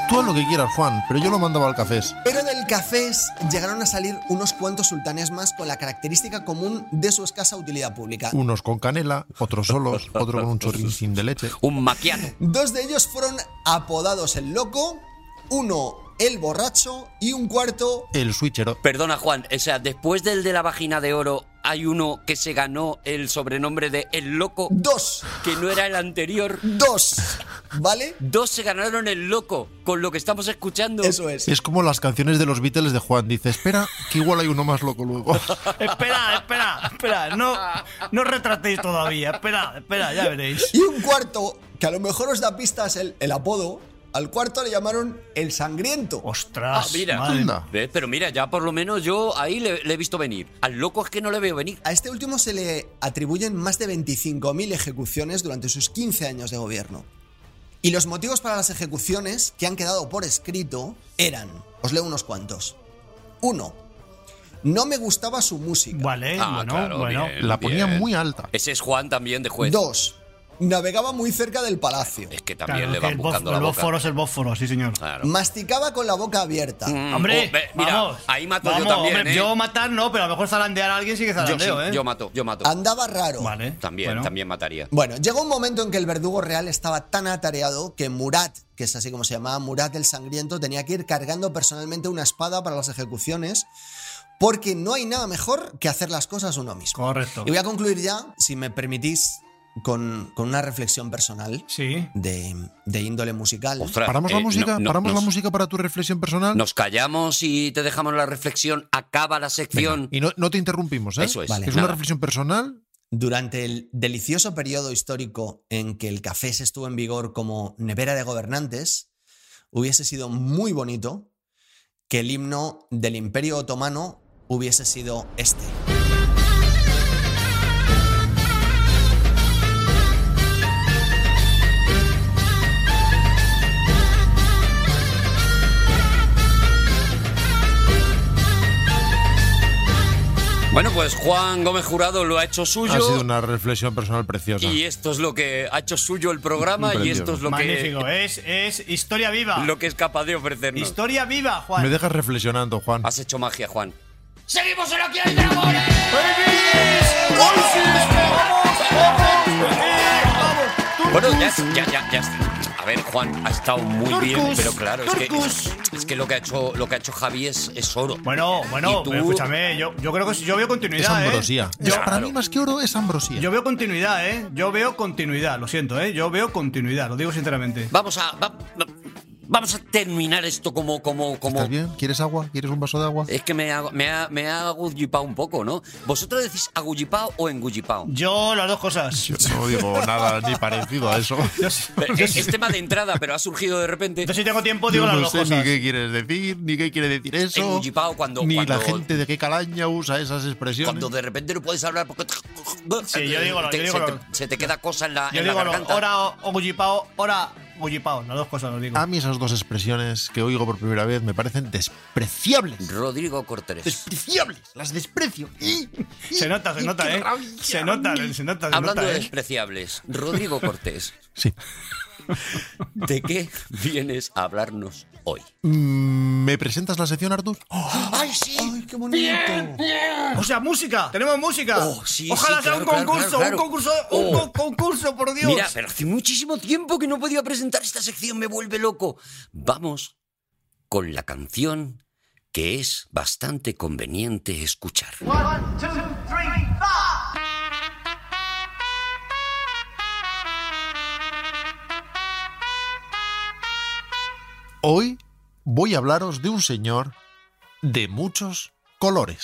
Speaker 2: Tú haz lo que quieras, Juan, pero yo lo mandaba al cafés.
Speaker 3: Pero del cafés llegaron a salir unos cuantos sultanes más con la característica común de su escasa utilidad pública.
Speaker 2: Unos con canela, otros solos, otro con un chorrincín de leche.
Speaker 5: Un maquiato.
Speaker 3: Dos de ellos fueron apodados el loco, uno el borracho y un cuarto
Speaker 2: El switchero.
Speaker 5: Perdona, Juan. O sea, después del de la vagina de oro, hay uno que se ganó el sobrenombre de El Loco,
Speaker 3: dos.
Speaker 5: que no era el anterior.
Speaker 3: Dos. ¿Vale?
Speaker 5: Dos se ganaron el loco con lo que estamos escuchando.
Speaker 3: Eso es.
Speaker 2: Es como las canciones de los Beatles de Juan. Dice, espera, que igual hay uno más loco luego.
Speaker 6: Espera, espera, espera. No, no retratéis todavía. Espera, espera, ya veréis.
Speaker 3: Y un cuarto, que a lo mejor os da pistas el, el apodo, al cuarto le llamaron el sangriento.
Speaker 6: Ostras.
Speaker 5: Ah, mira.
Speaker 6: madre.
Speaker 2: Anda.
Speaker 5: ¿Ves? Pero mira, ya por lo menos yo ahí le, le he visto venir. Al loco es que no le veo venir.
Speaker 3: A este último se le atribuyen más de 25.000 ejecuciones durante sus 15 años de gobierno. Y los motivos para las ejecuciones que han quedado por escrito eran, os leo unos cuantos. Uno, no me gustaba su música.
Speaker 6: Vale,
Speaker 5: Ah,
Speaker 6: bueno,
Speaker 5: claro,
Speaker 6: bueno.
Speaker 5: bien,
Speaker 2: La ponía
Speaker 5: bien. Eh,
Speaker 2: muy alta.
Speaker 5: Ese es Juan también de juez.
Speaker 3: Dos, navegaba muy cerca del palacio.
Speaker 5: Es que
Speaker 6: pues. Claro,
Speaker 5: también le
Speaker 6: que
Speaker 5: van
Speaker 6: el, bósforo,
Speaker 5: buscando la
Speaker 6: el
Speaker 5: boca.
Speaker 6: bósforo es el bósforo, sí, señor.
Speaker 5: Claro.
Speaker 2: Mm.
Speaker 3: Masticaba con la boca abierta.
Speaker 5: Mm,
Speaker 6: Hombre,
Speaker 5: oh, ve- mira,
Speaker 6: vamos.
Speaker 5: ahí mato yo
Speaker 6: Vamos,
Speaker 5: también,
Speaker 6: hombre,
Speaker 5: ¿eh?
Speaker 6: Yo matar no, pero a lo mejor zarandear a alguien sí que
Speaker 5: yo, sí,
Speaker 6: zarandeo, ¿eh?
Speaker 5: yo mato, yo mato.
Speaker 3: Andaba raro.
Speaker 6: Vale.
Speaker 5: También,
Speaker 6: bueno.
Speaker 5: también mataría.
Speaker 2: Mm.
Speaker 3: Bueno, llegó un momento en que el verdugo real estaba tan atareado que Murat, que es así como se llamaba, Murat el Sangriento, tenía que ir cargando personalmente una espada para las ejecuciones, porque no hay nada mejor que hacer las cosas uno mismo.
Speaker 6: Correcto.
Speaker 3: Y voy a concluir ya, si me permitís, con, con una reflexión personal
Speaker 6: Sí.
Speaker 3: de, de índole musical.
Speaker 5: Ostras,
Speaker 2: ¿Paramos la
Speaker 5: eh, no-
Speaker 2: música?
Speaker 5: no-
Speaker 2: ¿Paramos la
Speaker 5: nos-
Speaker 2: música para tu reflexión personal?
Speaker 5: Nos callamos y te dejamos la reflexión. Acaba la sección.
Speaker 2: Y no, no te interrumpimos, ¿eh?
Speaker 5: Eso es.
Speaker 3: Vale.
Speaker 2: Que es
Speaker 5: Nada.
Speaker 2: una reflexión personal.
Speaker 3: Durante el delicioso periodo histórico en que el café se estuvo en vigor como nevera de gobernantes, hubiese sido muy bonito que el himno del Imperio Otomano hubiese sido este.
Speaker 5: Bueno, pues Juan Gómez Jurado lo ha hecho
Speaker 2: ha sido
Speaker 5: suyo.
Speaker 2: una reflexión personal preciosa.
Speaker 5: Pues Y esto es lo que ha hecho suyo el programa y
Speaker 2: Precioso.
Speaker 5: esto es lo
Speaker 6: Magnífico. eh.
Speaker 5: que,
Speaker 6: Es, es historia viva.
Speaker 5: lo que es capaz de ofrecernos.
Speaker 6: Historia viva, Juan.
Speaker 2: Me dejas reflexionando, Juan.
Speaker 5: Has hecho magia, Juan.
Speaker 4: ¡Seguimos en Aquí hay dragones!
Speaker 5: Bueno, ya, ya, ya, ya. A ver, Juan, ha estado muy bien, pero claro, es que, es, es que lo que ha hecho, lo que ha hecho Javi es, es oro.
Speaker 6: Bueno, bueno,
Speaker 5: Y tú-
Speaker 6: pero escúchame, yo, yo creo que yo veo
Speaker 2: Es
Speaker 6: continuidad. ¿eh?
Speaker 2: ambrosía. Es
Speaker 6: Yo,
Speaker 2: para mí más que oro, es ambrosía.
Speaker 6: yo veo continuidad, ¿eh? Yo veo continuidad, lo siento, ¿eh? Yo veo continuidad, lo digo sinceramente.
Speaker 5: Vamos a. va- va- vamos a terminar esto como, como, como.
Speaker 2: ¿Estás bien? ¿Quieres agua? ¿Quieres un vaso de agua?
Speaker 5: Es que me ha, me ha, me ha agullipao un poco, ¿no? ¿Vosotros decís agullipao o engullipao?
Speaker 6: Yo las dos cosas.
Speaker 2: Yo no digo nada ni parecido a eso.
Speaker 6: Yo, sí-
Speaker 5: Eh, Es, es tema de entrada, pero ha surgido de repente.
Speaker 6: yo si tengo tiempo digo
Speaker 2: Yo
Speaker 6: las
Speaker 2: no
Speaker 6: dos
Speaker 2: sé ni
Speaker 6: cosas.
Speaker 2: qué quieres decir, ni qué quiere decir eso.
Speaker 5: Engullipao cuando-
Speaker 2: ni
Speaker 5: cuando-
Speaker 2: la gente de qué calaña usa esas expresiones.
Speaker 5: Cuando de repente no puedes hablar porque.
Speaker 6: Sí, yo digo lo- yo
Speaker 5: Te-
Speaker 6: digo
Speaker 5: se,
Speaker 6: lo-
Speaker 5: te, se te queda cosa en la,
Speaker 6: Yo
Speaker 5: en la
Speaker 6: digo,
Speaker 5: garganta.
Speaker 6: ahora o gullipao, ahora gullipao, las dos cosas lo digo.
Speaker 2: A mí esas dos expresiones que oigo por primera vez me parecen despreciables.
Speaker 5: Rodrigo Cortés.
Speaker 2: Despreciables. Las desprecio. Y- y-
Speaker 6: Se nota, se
Speaker 2: y
Speaker 6: nota,
Speaker 2: qué
Speaker 6: ¿eh?
Speaker 2: rabia.
Speaker 6: Se nota, se nota, se nota,
Speaker 5: Hablando de
Speaker 6: ¿eh?
Speaker 5: despreciables, Rodrigo Cortés,
Speaker 2: Sí.
Speaker 5: ¿de qué vienes a hablarnos hoy?
Speaker 2: Mm, ¿Me presentas la sección, Artur?
Speaker 3: ¡Ay, sí! ¡Ay, qué bonito!
Speaker 6: O sea, música, tenemos música.
Speaker 5: Oh, sí,
Speaker 6: Ojalá
Speaker 5: sí,
Speaker 6: sea
Speaker 5: claro,
Speaker 6: un
Speaker 5: claro,
Speaker 6: concurso,
Speaker 5: claro, claro.
Speaker 6: un concurso, un
Speaker 5: Oh.
Speaker 6: co- concurso, por Dios.
Speaker 5: Mira, pero hace muchísimo tiempo que no podía presentar esta sección, me vuelve loco. Vamos con la canción que es bastante conveniente escuchar.
Speaker 2: Hoy voy a hablaros de un señor de muchos colores.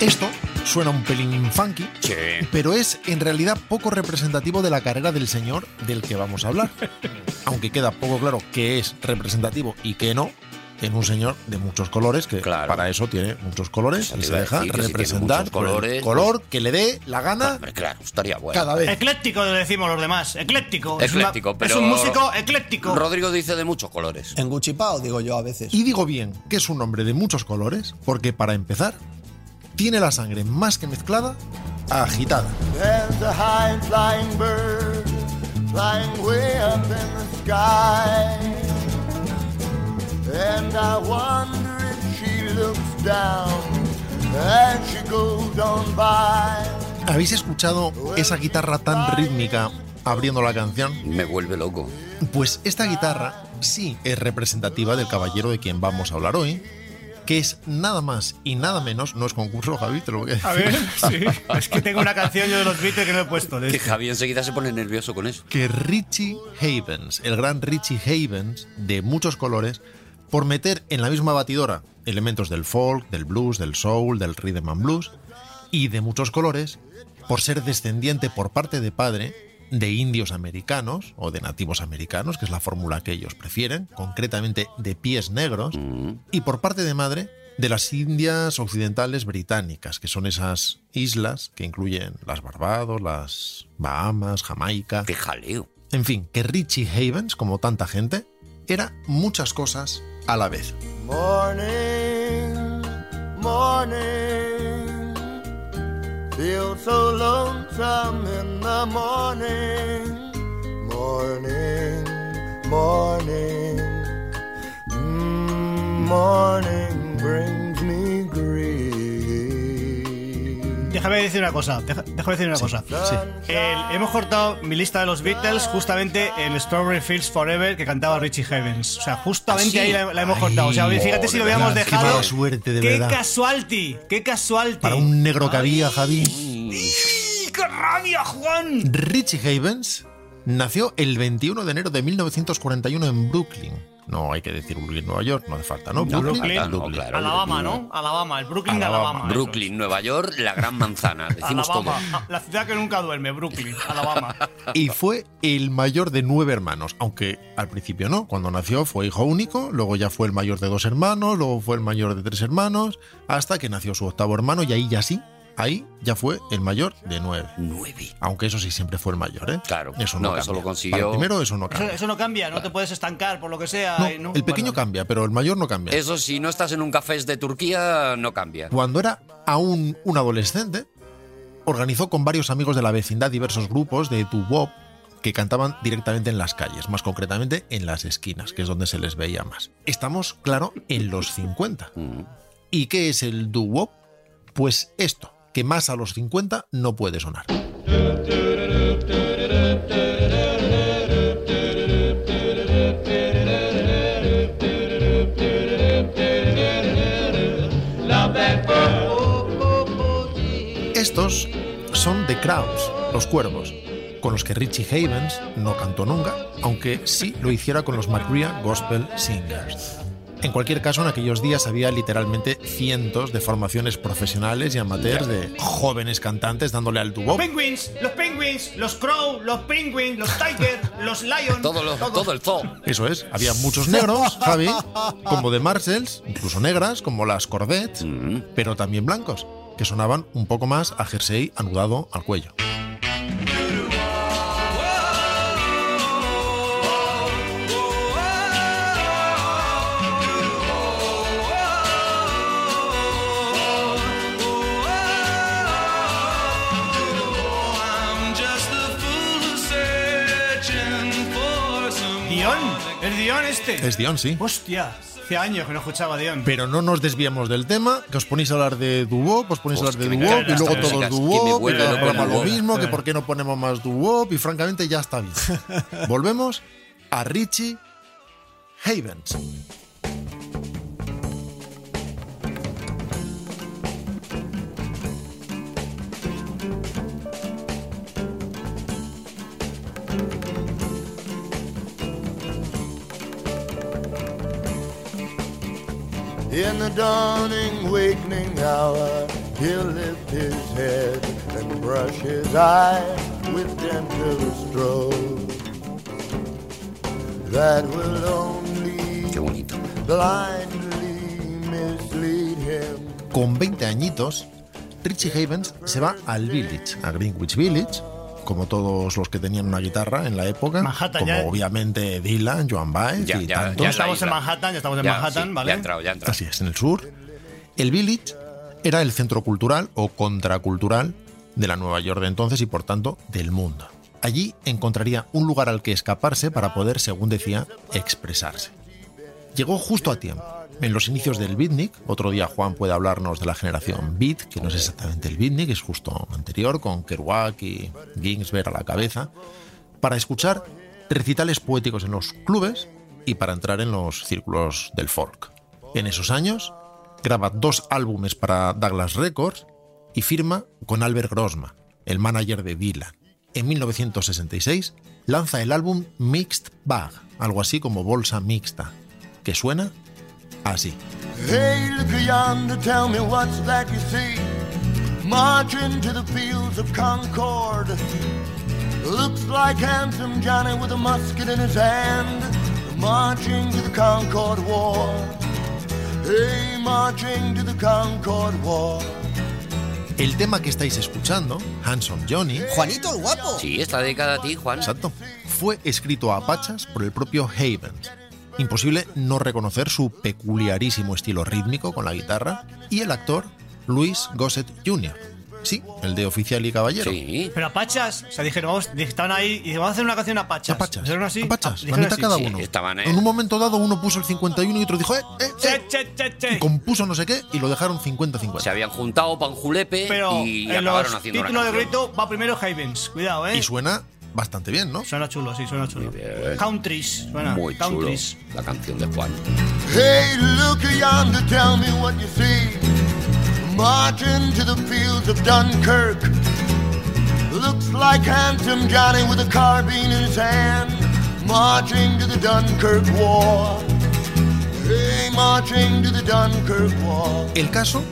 Speaker 2: Esto suena un pelín funky, pero es en realidad poco representativo de la carrera del señor del que vamos a hablar. Aunque queda poco claro qué es representativo y qué no en un señor de muchos colores, que
Speaker 5: Claro.
Speaker 2: para eso tiene muchos colores
Speaker 5: Eso te
Speaker 2: y se
Speaker 5: iba a
Speaker 2: deja
Speaker 5: decir, que si tiene
Speaker 2: representar
Speaker 5: muchos
Speaker 2: por el
Speaker 5: colores, pues
Speaker 2: color que le dé la gana
Speaker 5: Hombre, claro, estaría bueno.
Speaker 2: cada vez.
Speaker 6: Ecléctico le decimos los demás, ecléctico. Es una-
Speaker 5: Ecléctico, pero.
Speaker 6: Es un músico ecléctico.
Speaker 5: Rodrigo dice de muchos colores.
Speaker 3: En Guchipao, digo yo a veces.
Speaker 2: Y digo bien que es un hombre de muchos colores, porque para empezar, tiene la sangre más que mezclada, agitada.
Speaker 12: There's a high flying bird flying way up in the sky. And I wonder if she looks down goes on by.
Speaker 2: ¿Habéis escuchado esa guitarra tan rítmica abriendo la canción?
Speaker 5: Me vuelve loco.
Speaker 2: Pues esta guitarra sí es representativa del caballero de quien vamos a hablar hoy, que es nada más y nada menos, no es concurso, Javi, te lo voy a decir.
Speaker 6: A ver, sí. Es que tengo una canción yo de los Beatles que no he puesto. de
Speaker 5: Que
Speaker 6: esto.
Speaker 5: Javi enseguida se pone nervioso con eso.
Speaker 2: que Richie Havens, el gran Richie Havens de muchos colores, por meter en la misma batidora elementos del folk, del blues, del soul, del rhythm and blues y de muchos colores, por ser descendiente por parte de padre de indios americanos o de nativos americanos, que es la fórmula que ellos prefieren, concretamente de pies negros, y por parte de madre de las Indias Occidentales Británicas, que son esas islas que incluyen las Barbados, las Bahamas, Jamaica.
Speaker 5: ¡Qué jaleo!
Speaker 2: En fin, que Richie Havens, como tanta gente, era muchas cosas a la vez.
Speaker 12: Morning, morning, feel so lonesome in the morning. Morning, morning, mm, morning brings me grief.
Speaker 6: Déjame decir una cosa, deja- déjame decir una cosa. El- hemos cortado mi lista de los Beatles justamente en Strawberry Fields Forever que cantaba Richie Havens. O sea, justamente
Speaker 2: ¿Ah, sí?
Speaker 6: ahí la, la hemos
Speaker 2: Ay,
Speaker 6: cortado. O sea, fíjate si lo
Speaker 2: madre
Speaker 6: habíamos
Speaker 2: mía, qué
Speaker 6: dejado.
Speaker 2: mala suerte, de
Speaker 6: ¡Qué
Speaker 2: verdad!
Speaker 6: casualty! ¡Qué casualty!
Speaker 2: Para un negro que había, Javi.
Speaker 6: ¡Y ¡Qué rabia, Juan!
Speaker 2: Richie Havens nació el 21 de enero de 1941 en Brooklyn. No hay que decir Brooklyn, Nueva York, no hace falta, ¿no?
Speaker 5: No,
Speaker 2: Brooklyn,
Speaker 5: no, no, claro.
Speaker 6: Alabama, ¿no? Alabama, el Brooklyn de
Speaker 2: Alabama.
Speaker 6: Alabama. eso.
Speaker 5: Brooklyn, Nueva York, la gran manzana. Decimos todo.
Speaker 6: Alabama, Ah, la ciudad que nunca duerme, Brooklyn, Alabama.
Speaker 2: Y fue el mayor de nueve hermanos, aunque al principio no. Cuando nació fue hijo único, luego ya fue el mayor de dos hermanos, luego fue el mayor de tres hermanos, hasta que nació su octavo hermano y ahí ya sí, ahí ya fue el mayor de nueve.
Speaker 5: Nueve.
Speaker 2: Aunque eso sí siempre fue el mayor, ¿eh?
Speaker 5: Claro.
Speaker 2: Eso
Speaker 5: No,
Speaker 2: no,
Speaker 5: eso
Speaker 2: cambia.
Speaker 5: lo consiguió-
Speaker 2: Para el primero eso no
Speaker 6: Eso,
Speaker 2: cambia.
Speaker 6: eso no cambia, no te puedes estancar por lo que sea.
Speaker 2: No,
Speaker 6: eh, ¿no?
Speaker 2: el pequeño
Speaker 6: Bueno.
Speaker 2: cambia, pero el mayor no cambia.
Speaker 5: Eso si no estás en un café de Turquía, no cambia.
Speaker 2: Cuando era aún un adolescente, organizó con varios amigos de la vecindad diversos grupos de doo-wop que cantaban directamente en las calles, más concretamente en las esquinas, que es donde se les veía más. Estamos, claro, en los 50. ¿Y qué es el doo-wop? Pues esto, que más a los 50 no puede sonar. Estos son The Crowds, los cuervos, con los que Richie Havens no cantó nunca, aunque sí lo hiciera con los McRae Gospel Singers. En cualquier caso, en aquellos días había literalmente cientos de formaciones profesionales y amateurs de jóvenes cantantes dándole al tubo.
Speaker 6: Penguins, los Penguins, los Crow, los Penguins, los Tiger, los Lions.
Speaker 5: Todo, lo-
Speaker 6: todos.
Speaker 5: todo el zoo.
Speaker 2: Eso es, había muchos negros, Javi, como de Marshalls, incluso negras, como las Cordettes, pero también blancos, que sonaban un poco más a jersey anudado al cuello.
Speaker 1: I'm just a fool searching for some.
Speaker 6: Dion, el Dion este.
Speaker 2: Es Dion, sí.
Speaker 6: Hostia, hace años que no escuchaba a Dion.
Speaker 2: Pero no nos desviamos del tema, que os ponéis a hablar de Duop, os ponéis a hablar
Speaker 5: Hostia,
Speaker 2: de
Speaker 5: me
Speaker 2: Duop,
Speaker 5: encantan
Speaker 2: y luego
Speaker 5: estas
Speaker 2: todos
Speaker 5: músicas, que me
Speaker 2: Duop, y
Speaker 5: vuelve
Speaker 2: cada
Speaker 5: loco Eh.
Speaker 2: programa
Speaker 5: el
Speaker 2: lo
Speaker 5: Duop.
Speaker 2: mismo, que por qué no ponemos más Duop, y francamente ya está bien. Volvemos a Richie Havens.
Speaker 12: In the dawning, wakening hour, he'll lift his head and brush his eye with gentle stroke. That will
Speaker 5: Qué
Speaker 12: only
Speaker 5: bonito.
Speaker 12: blindly mislead him.
Speaker 2: Con 20 añitos, Richie Havens se va al Village, a Greenwich Village, como todos los que tenían una guitarra en la época,
Speaker 6: Manhattan,
Speaker 2: como
Speaker 6: ya-
Speaker 2: obviamente Dylan, Joan Baez
Speaker 5: Ya,
Speaker 2: y
Speaker 5: ya,
Speaker 2: tantos.
Speaker 6: ya
Speaker 5: la
Speaker 6: estamos en
Speaker 5: isla.
Speaker 6: Manhattan, ya estamos en
Speaker 5: Ya,
Speaker 6: Manhattan,
Speaker 5: sí,
Speaker 6: ¿vale?
Speaker 5: Ya ha entrado, ya ha entrado.
Speaker 2: Así es, en el sur. El Village era el centro cultural o contracultural de la Nueva York de entonces y por tanto del mundo. Allí encontraría un lugar al que escaparse para poder, según decía, expresarse. Llegó justo a tiempo, en los inicios del beatnik. Otro día Juan puede hablarnos de la generación beat, que no es exactamente el beatnik, es justo anterior, con Kerouac y Ginsberg a la cabeza, para escuchar recitales poéticos en los clubes y para entrar en los círculos del folk. En esos años graba dos álbumes para Douglas Records y firma con Albert Grossman, el manager de Dylan. En 1966 lanza el álbum Mixed Bag, algo así como bolsa mixta, que suena así.
Speaker 12: Hey, look yonder, tell me what's that you see? Marching to the fields of Concord. Looks like handsome Johnny with a musket in his hand. Marching to the Concord War. Hey, marching to the Concord War.
Speaker 2: El tema que estáis escuchando, Handsome Johnny,
Speaker 3: Juanito el guapo.
Speaker 5: Sí, está dedicada a ti, Juan.
Speaker 2: Exacto. fue escrito a pachas por el propio Havens. Imposible no reconocer su peculiarísimo estilo rítmico con la guitarra y el actor Luis Gossett Jr. Sí, el de Oficial y Caballero.
Speaker 6: Pero Apachas, o sea, dijeron, vamos, estaban ahí y dijeron, vamos a hacer una canción a Apachas. Apachas. Dijeron así. ah,
Speaker 2: Apachas, la
Speaker 6: dijeron
Speaker 2: mitad
Speaker 6: así.
Speaker 2: cada uno. En un momento dado uno puso el 51 y otro dijo, eh, eh, eh, y compuso no sé qué y lo dejaron 50-50.
Speaker 5: Se habían juntado Panjulepe
Speaker 6: Pero
Speaker 5: y
Speaker 6: en
Speaker 5: acabaron
Speaker 6: los
Speaker 5: haciendo una
Speaker 6: títulos de
Speaker 5: canción.
Speaker 6: grito va primero Havens. Cuidado, eh.
Speaker 2: Y suena bastante bien, ¿no?
Speaker 6: Suena chulo, sí, suena chulo. Countries, suena.
Speaker 5: Muy chulo
Speaker 6: Countries.
Speaker 5: la canción de Juan.
Speaker 12: Hey, look yonder, tell me what you see. Marching to the fields of Dunkirk. Looks like handsome Johnny with a carbine in his hand. Marching to the Dunkirk War. Hey, marching to the Dunkirk War.
Speaker 2: El caso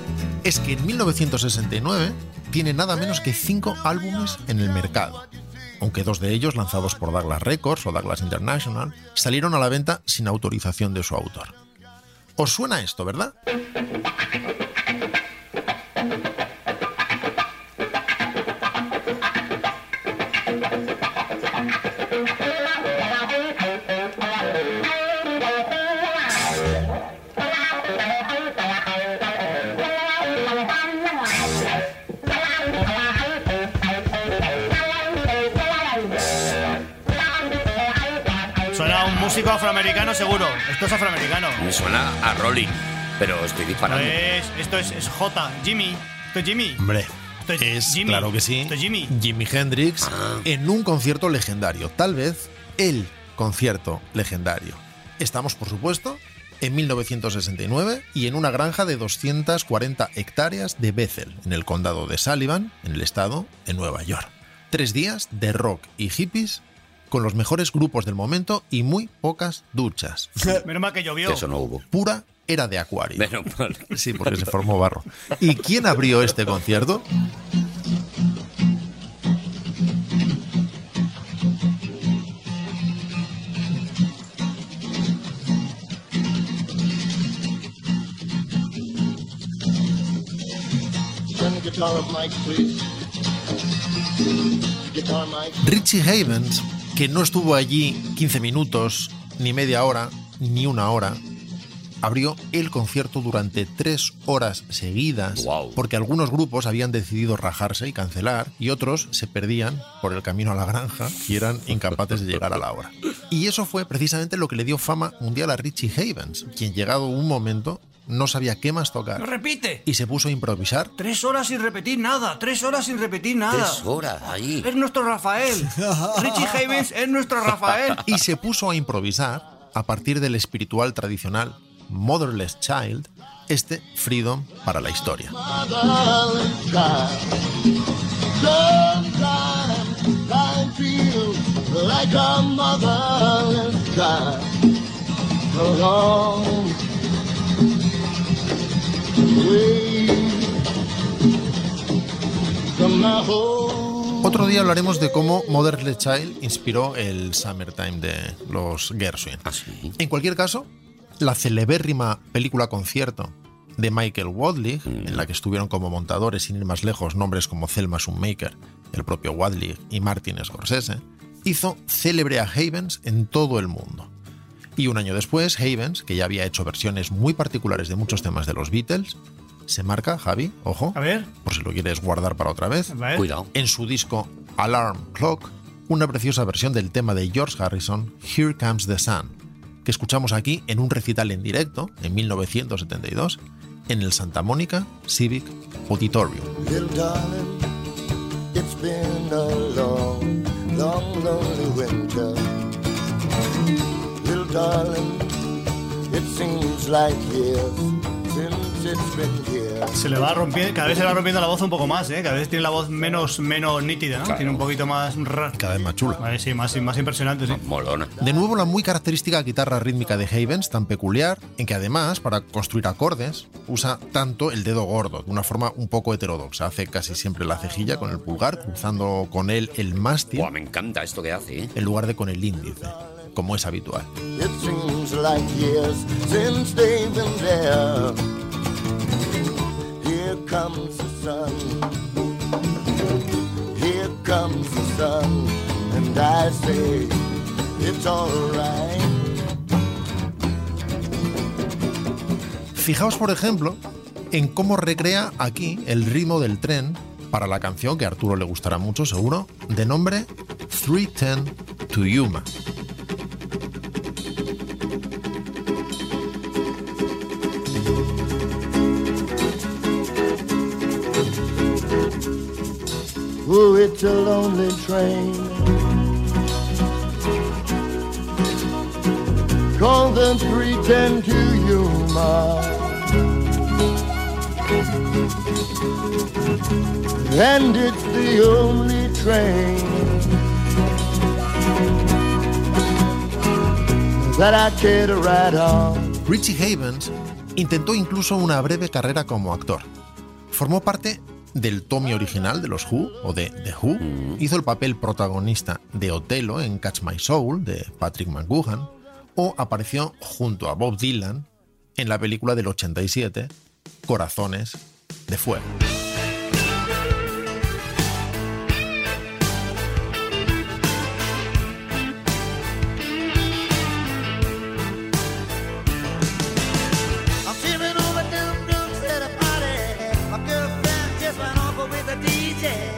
Speaker 2: es que en 1969 tiene nada menos que cinco álbumes en el mercado, aunque dos de ellos, lanzados por Douglas Records o Douglas International, salieron a la venta sin autorización de su autor. ¿Os suena esto, verdad?
Speaker 6: Suena a un músico afroamericano seguro. Esto es afroamericano.
Speaker 5: Me suena a Rolling, pero estoy disparando.
Speaker 6: Pues, esto es, es J, Jimmy. Esto es Jimmy.
Speaker 2: Hombre,
Speaker 6: Esto es, Jimmy.
Speaker 2: claro que sí.
Speaker 6: Esto es Jimmy.
Speaker 2: Jimi Hendrix en un concierto legendario, tal vez el concierto legendario. Estamos, por supuesto, en 1969 y en una granja de 240 hectáreas de Bethel, en el condado de Sullivan, en el estado de Nueva York. Tres días de rock y hippies con los mejores grupos del momento y muy pocas duchas.
Speaker 6: Menos mal que llovió.
Speaker 5: Eso no hubo.
Speaker 2: Pura era de acuario.
Speaker 5: Menos mal.
Speaker 2: Sí, porque se formó barro. ¿Y quién abrió este concierto?
Speaker 12: Turn the guitar up, Mike, please. Guitar, Mike.
Speaker 2: Richie Havens, que no estuvo allí 15 minutos, ni media hora, ni una hora, abrió el concierto durante tres horas seguidas, porque algunos grupos habían decidido rajarse y cancelar, y otros se perdían por el camino a la granja y eran incapaces de llegar a la hora. Y eso fue precisamente lo que le dio fama mundial a Richie Havens, quien llegado un momento no sabía qué más
Speaker 6: No
Speaker 2: tocar
Speaker 6: repite.
Speaker 2: y se puso a improvisar
Speaker 6: Tres horas sin repetir nada. Tres horas sin repetir nada.
Speaker 5: horas ahí.
Speaker 6: Es nuestro Rafael. Richie Havens es nuestro Rafael.
Speaker 2: Y se puso a improvisar a partir del espiritual tradicional Motherless Child, este Freedom para la historia.
Speaker 12: Motherless child. Sometimes I feel like a motherless child. Alone. Away from my home.
Speaker 2: Otro día hablaremos de cómo Motherless Child inspiró el Summertime de los Gershwin. En cualquier caso, la celebérrima película concierto de Michael Wadley, en la que estuvieron como montadores, sin ir más lejos, nombres como Thelma Shumaker, el propio Wadley y Martin Scorsese, hizo célebre a Havens en todo el mundo. Y un año después, Havens, que ya había hecho versiones muy particulares de muchos temas de los Beatles, se marca, Javi, ojo,
Speaker 6: a ver.
Speaker 2: por si lo quieres guardar para otra vez,
Speaker 6: ver. Cuidado.
Speaker 2: en su disco Alarm Clock, una preciosa versión del tema de George Harrison, Here Comes the Sun, que que escuchamos aquí en un recital en directo en 1972 en el Santa Mónica Civic Auditorium.
Speaker 12: Little darling, it's been a long, long, lonely winter. Little darling, it seems like years since it's been here.
Speaker 6: Se le va rompiendo, cada vez se le va rompiendo la voz un poco más, ¿eh? Cada vez tiene la voz menos, menos nítida, ¿no? Tiene un poquito más... Cada
Speaker 2: vez más chula.
Speaker 6: sí, más, más impresionante, sí.
Speaker 2: De nuevo la muy característica guitarra rítmica de Havens, tan peculiar, en que además, para construir acordes, usa tanto el dedo gordo, de una forma un poco heterodoxa. Hace casi siempre la cejilla con el pulgar, cruzando con él el mástil.
Speaker 5: me encanta esto que hace, ¿eh?
Speaker 2: En lugar de con el índice, como es habitual.
Speaker 12: It seems like years since they've been there. Here comes the sun. Here comes the sun. And I say, it's alright.
Speaker 2: Fijaos, por ejemplo, en cómo recrea aquí el ritmo del tren para la canción que a Arturo le gustará mucho, seguro, de nombre 310 to Yuma.
Speaker 12: Oh, it's a lonely train. Call the 310 to Yuma. And it's the only train that I care to ride on.
Speaker 2: Richie Havens intentó incluso una breve carrera como actor. Formó parte del Tommy original de los Who o de The Who. Hizo el papel protagonista de Otelo en Catch My Soul de Patrick McGuhan o apareció junto a Bob Dylan en la película del 87 Corazones de Fuego.
Speaker 1: I'm feeling over doom doom at a party. My girlfriend just went over with a DJ.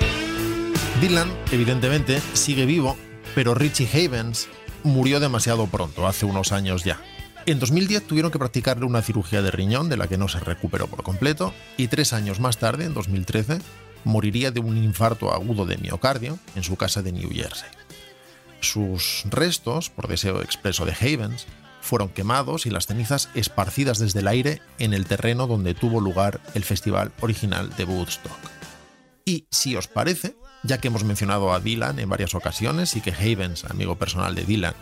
Speaker 2: Dylan, evidentemente, sigue vivo, pero Richie Havens murió demasiado pronto, hace unos años ya. En 2010 tuvieron que practicarle una cirugía de riñón de la que no se recuperó por completo y tres años más tarde, en 2013, moriría de un infarto agudo de miocardio en su casa de New Jersey. Sus restos, por deseo expreso de Havens, fueron quemados y las cenizas esparcidas desde el aire en el terreno donde tuvo lugar el festival original de Woodstock. Y si os parece, ya que hemos mencionado a Dylan en varias ocasiones y que Havens, amigo personal de Dylan,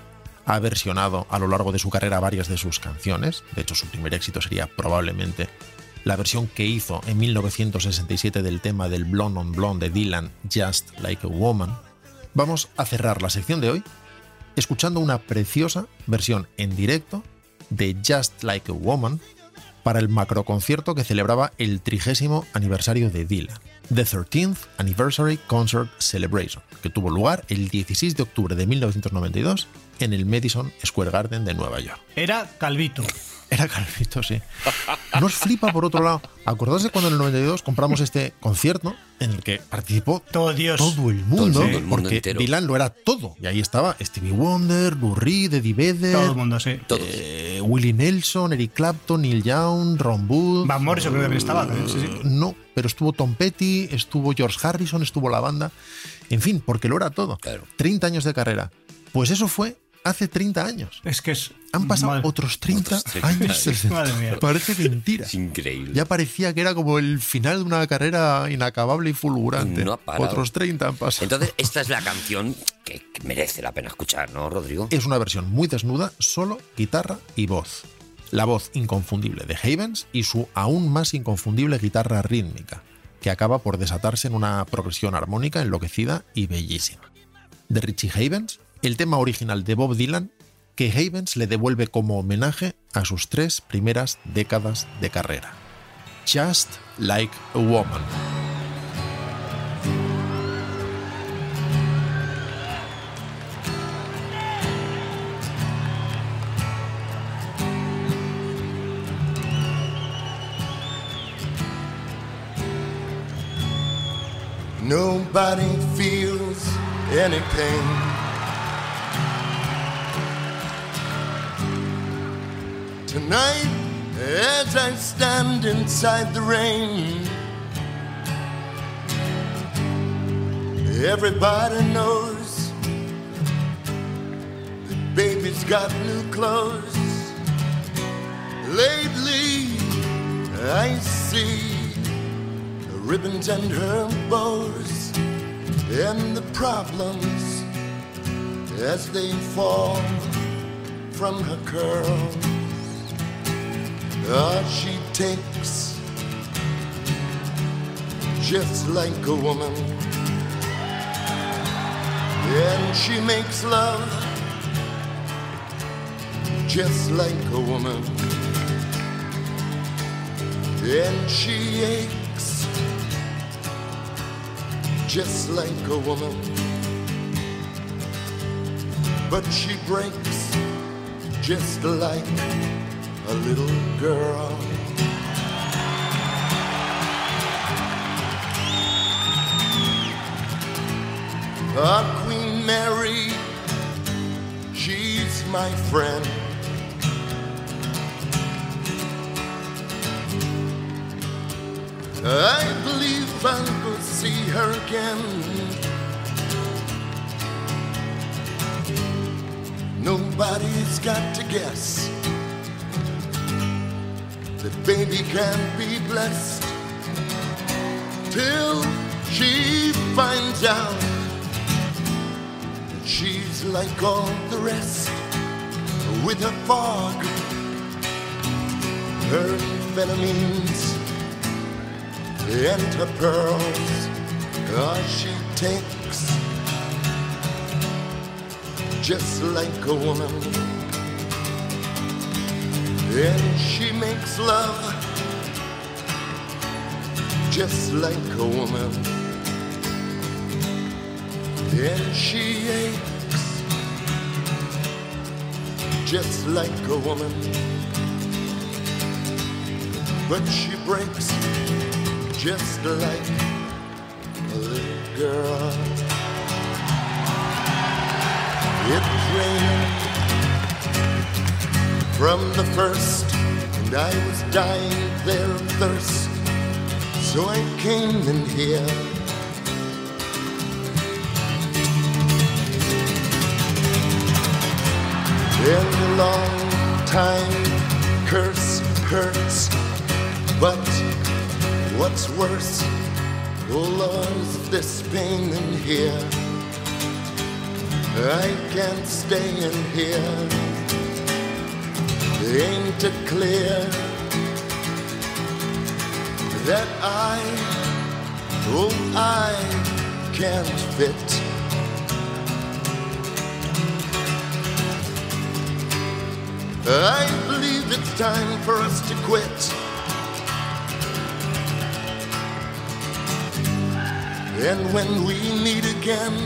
Speaker 2: ha versionado a lo largo de su carrera varias de sus canciones, de hecho su primer éxito sería probablemente la versión que hizo en 1967 del tema del Blonde on Blonde de Dylan, Just Like a Woman, vamos a cerrar la sección de hoy escuchando una preciosa versión en directo de Just Like a Woman para el macroconcierto que celebraba el trigésimo aniversario de Dylan, The 13th Anniversary Concert Celebration, que tuvo lugar el 16 de octubre de 1992 en el Madison Square Garden de Nueva York.
Speaker 6: Era calvito.
Speaker 2: Era calvito, sí. Nos flipa por otro lado. Acordarse cuando en el 92 compramos este concierto en el que participó
Speaker 6: todo,
Speaker 2: todo el mundo,
Speaker 6: Todo el mundo
Speaker 2: porque
Speaker 6: entero.
Speaker 2: Dylan lo era todo. Y ahí estaba Stevie Wonder, Lou Reed, Eddie Vedder,
Speaker 6: Todo el mundo, sí.
Speaker 2: eh, Willie Nelson, Eric Clapton, Neil Young, Ron Wood.
Speaker 6: Van Morrison creo que también estaba, también, sí, sí.
Speaker 2: No, pero estuvo Tom Petty, estuvo George Harrison, estuvo la banda. En fin, porque lo era todo. 30 años de carrera. Pues eso fue hace 30 años.
Speaker 6: Es que es.
Speaker 2: Han pasado
Speaker 6: madre-
Speaker 2: otros 30 años. desde
Speaker 6: Madre
Speaker 2: entonces.
Speaker 6: mía.
Speaker 2: Parece mentira.
Speaker 5: Es increíble.
Speaker 2: Ya parecía que era como el final de una carrera inacabable y fulgurante.
Speaker 5: No ha parado.
Speaker 2: Otros 30 han pasado.
Speaker 5: Entonces, esta es la canción que que merece la pena escuchar, ¿no, Rodrigo?
Speaker 2: Es una versión muy desnuda, solo guitarra y voz. La voz inconfundible de Havens y su aún más inconfundible guitarra rítmica, que acaba por desatarse en una progresión armónica enloquecida y bellísima. De Richie Havens, el tema original de Bob Dylan, que Havens le devuelve como homenaje a sus tres primeras décadas de carrera. Just Like a Woman.
Speaker 12: Nobody feels any pain. night as I stand inside the rain. Everybody knows that baby's got new clothes. Lately, I see her ribbons and her bows and the problems as they fall from her curls. Ah, she takes just like a woman. And she makes love just like a woman. And she aches just like a woman. But she breaks just like a little girl. Our Queen Mary, she's my friend. I believe I'll go see her again. Nobody's got to guess that baby can't be blessed till she finds out that she's like all the rest with her fog, her amphetamines, and her pearls. Ah, she takes just like a woman. And she makes love just like a woman. And she aches just like a woman. But she breaks just like a little girl. It's raining from the first, and I was dying there of thirst. So I came in here. In a long time, curse hurts, but what's worse, oh Lord, is this pain in here. I can't stay in here. Ain't it clear that I, oh, I can't fit? I believe it's time for us to quit. And when we meet again,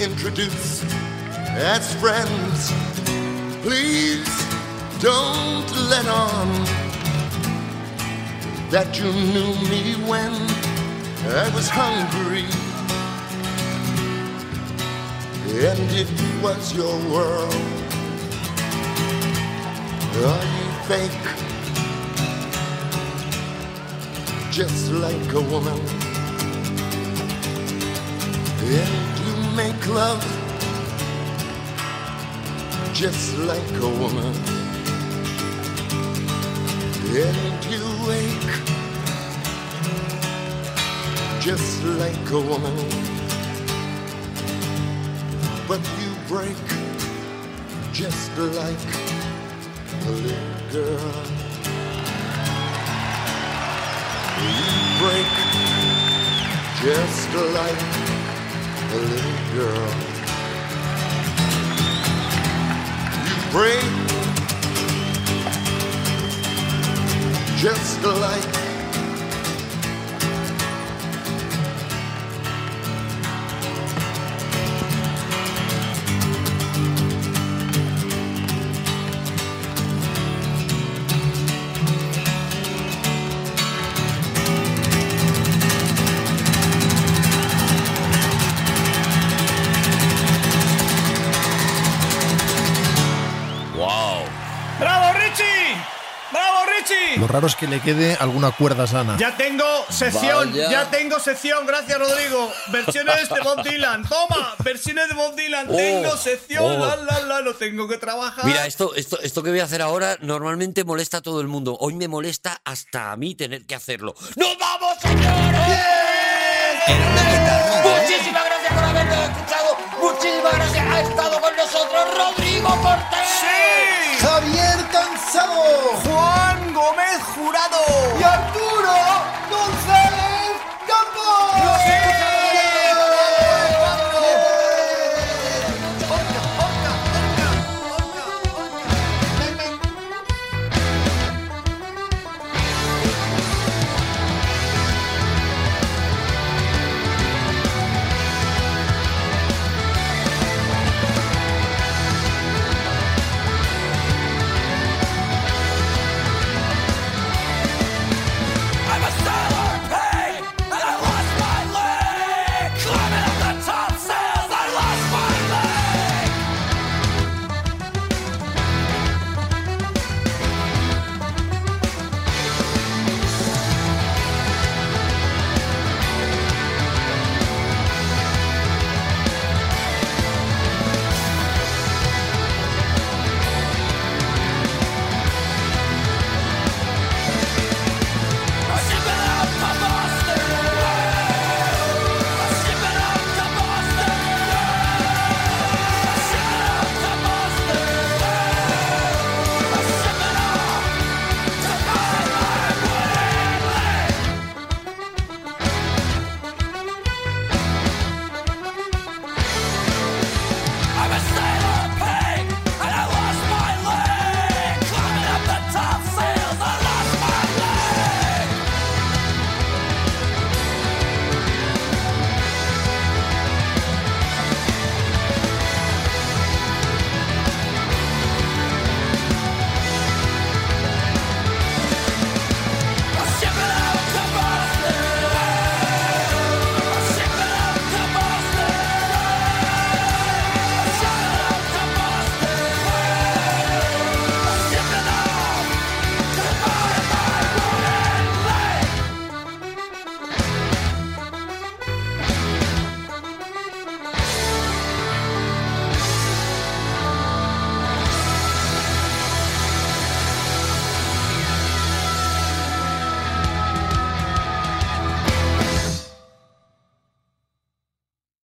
Speaker 12: introduced as friends. Please don't let on that you knew me when I was hungry. And it was your world. Are you fake? Just like a woman. And you make love just like a woman. And you ache just like a woman. But you break just like a little girl. You break just like a little girl. You break just like
Speaker 5: ¡Wow!
Speaker 6: Richie.
Speaker 2: Lo raro es que le quede alguna cuerda sana.
Speaker 6: Ya tengo sección,
Speaker 2: Vaya.
Speaker 6: ya tengo sección, gracias Rodrigo. Versiones de Bob Dylan, toma, versiones de Bob Dylan,
Speaker 5: Oh,
Speaker 6: tengo sección,
Speaker 5: oh.
Speaker 6: la la la, lo tengo que trabajar.
Speaker 5: Mira, esto, esto, esto que voy a hacer ahora normalmente molesta a todo el mundo. Hoy me molesta hasta a mí tener que hacerlo. ¡Nos vamos, señores! ¿eh? Muchísimas gracias por habernos escuchado. Muchísimas gracias. Ha estado con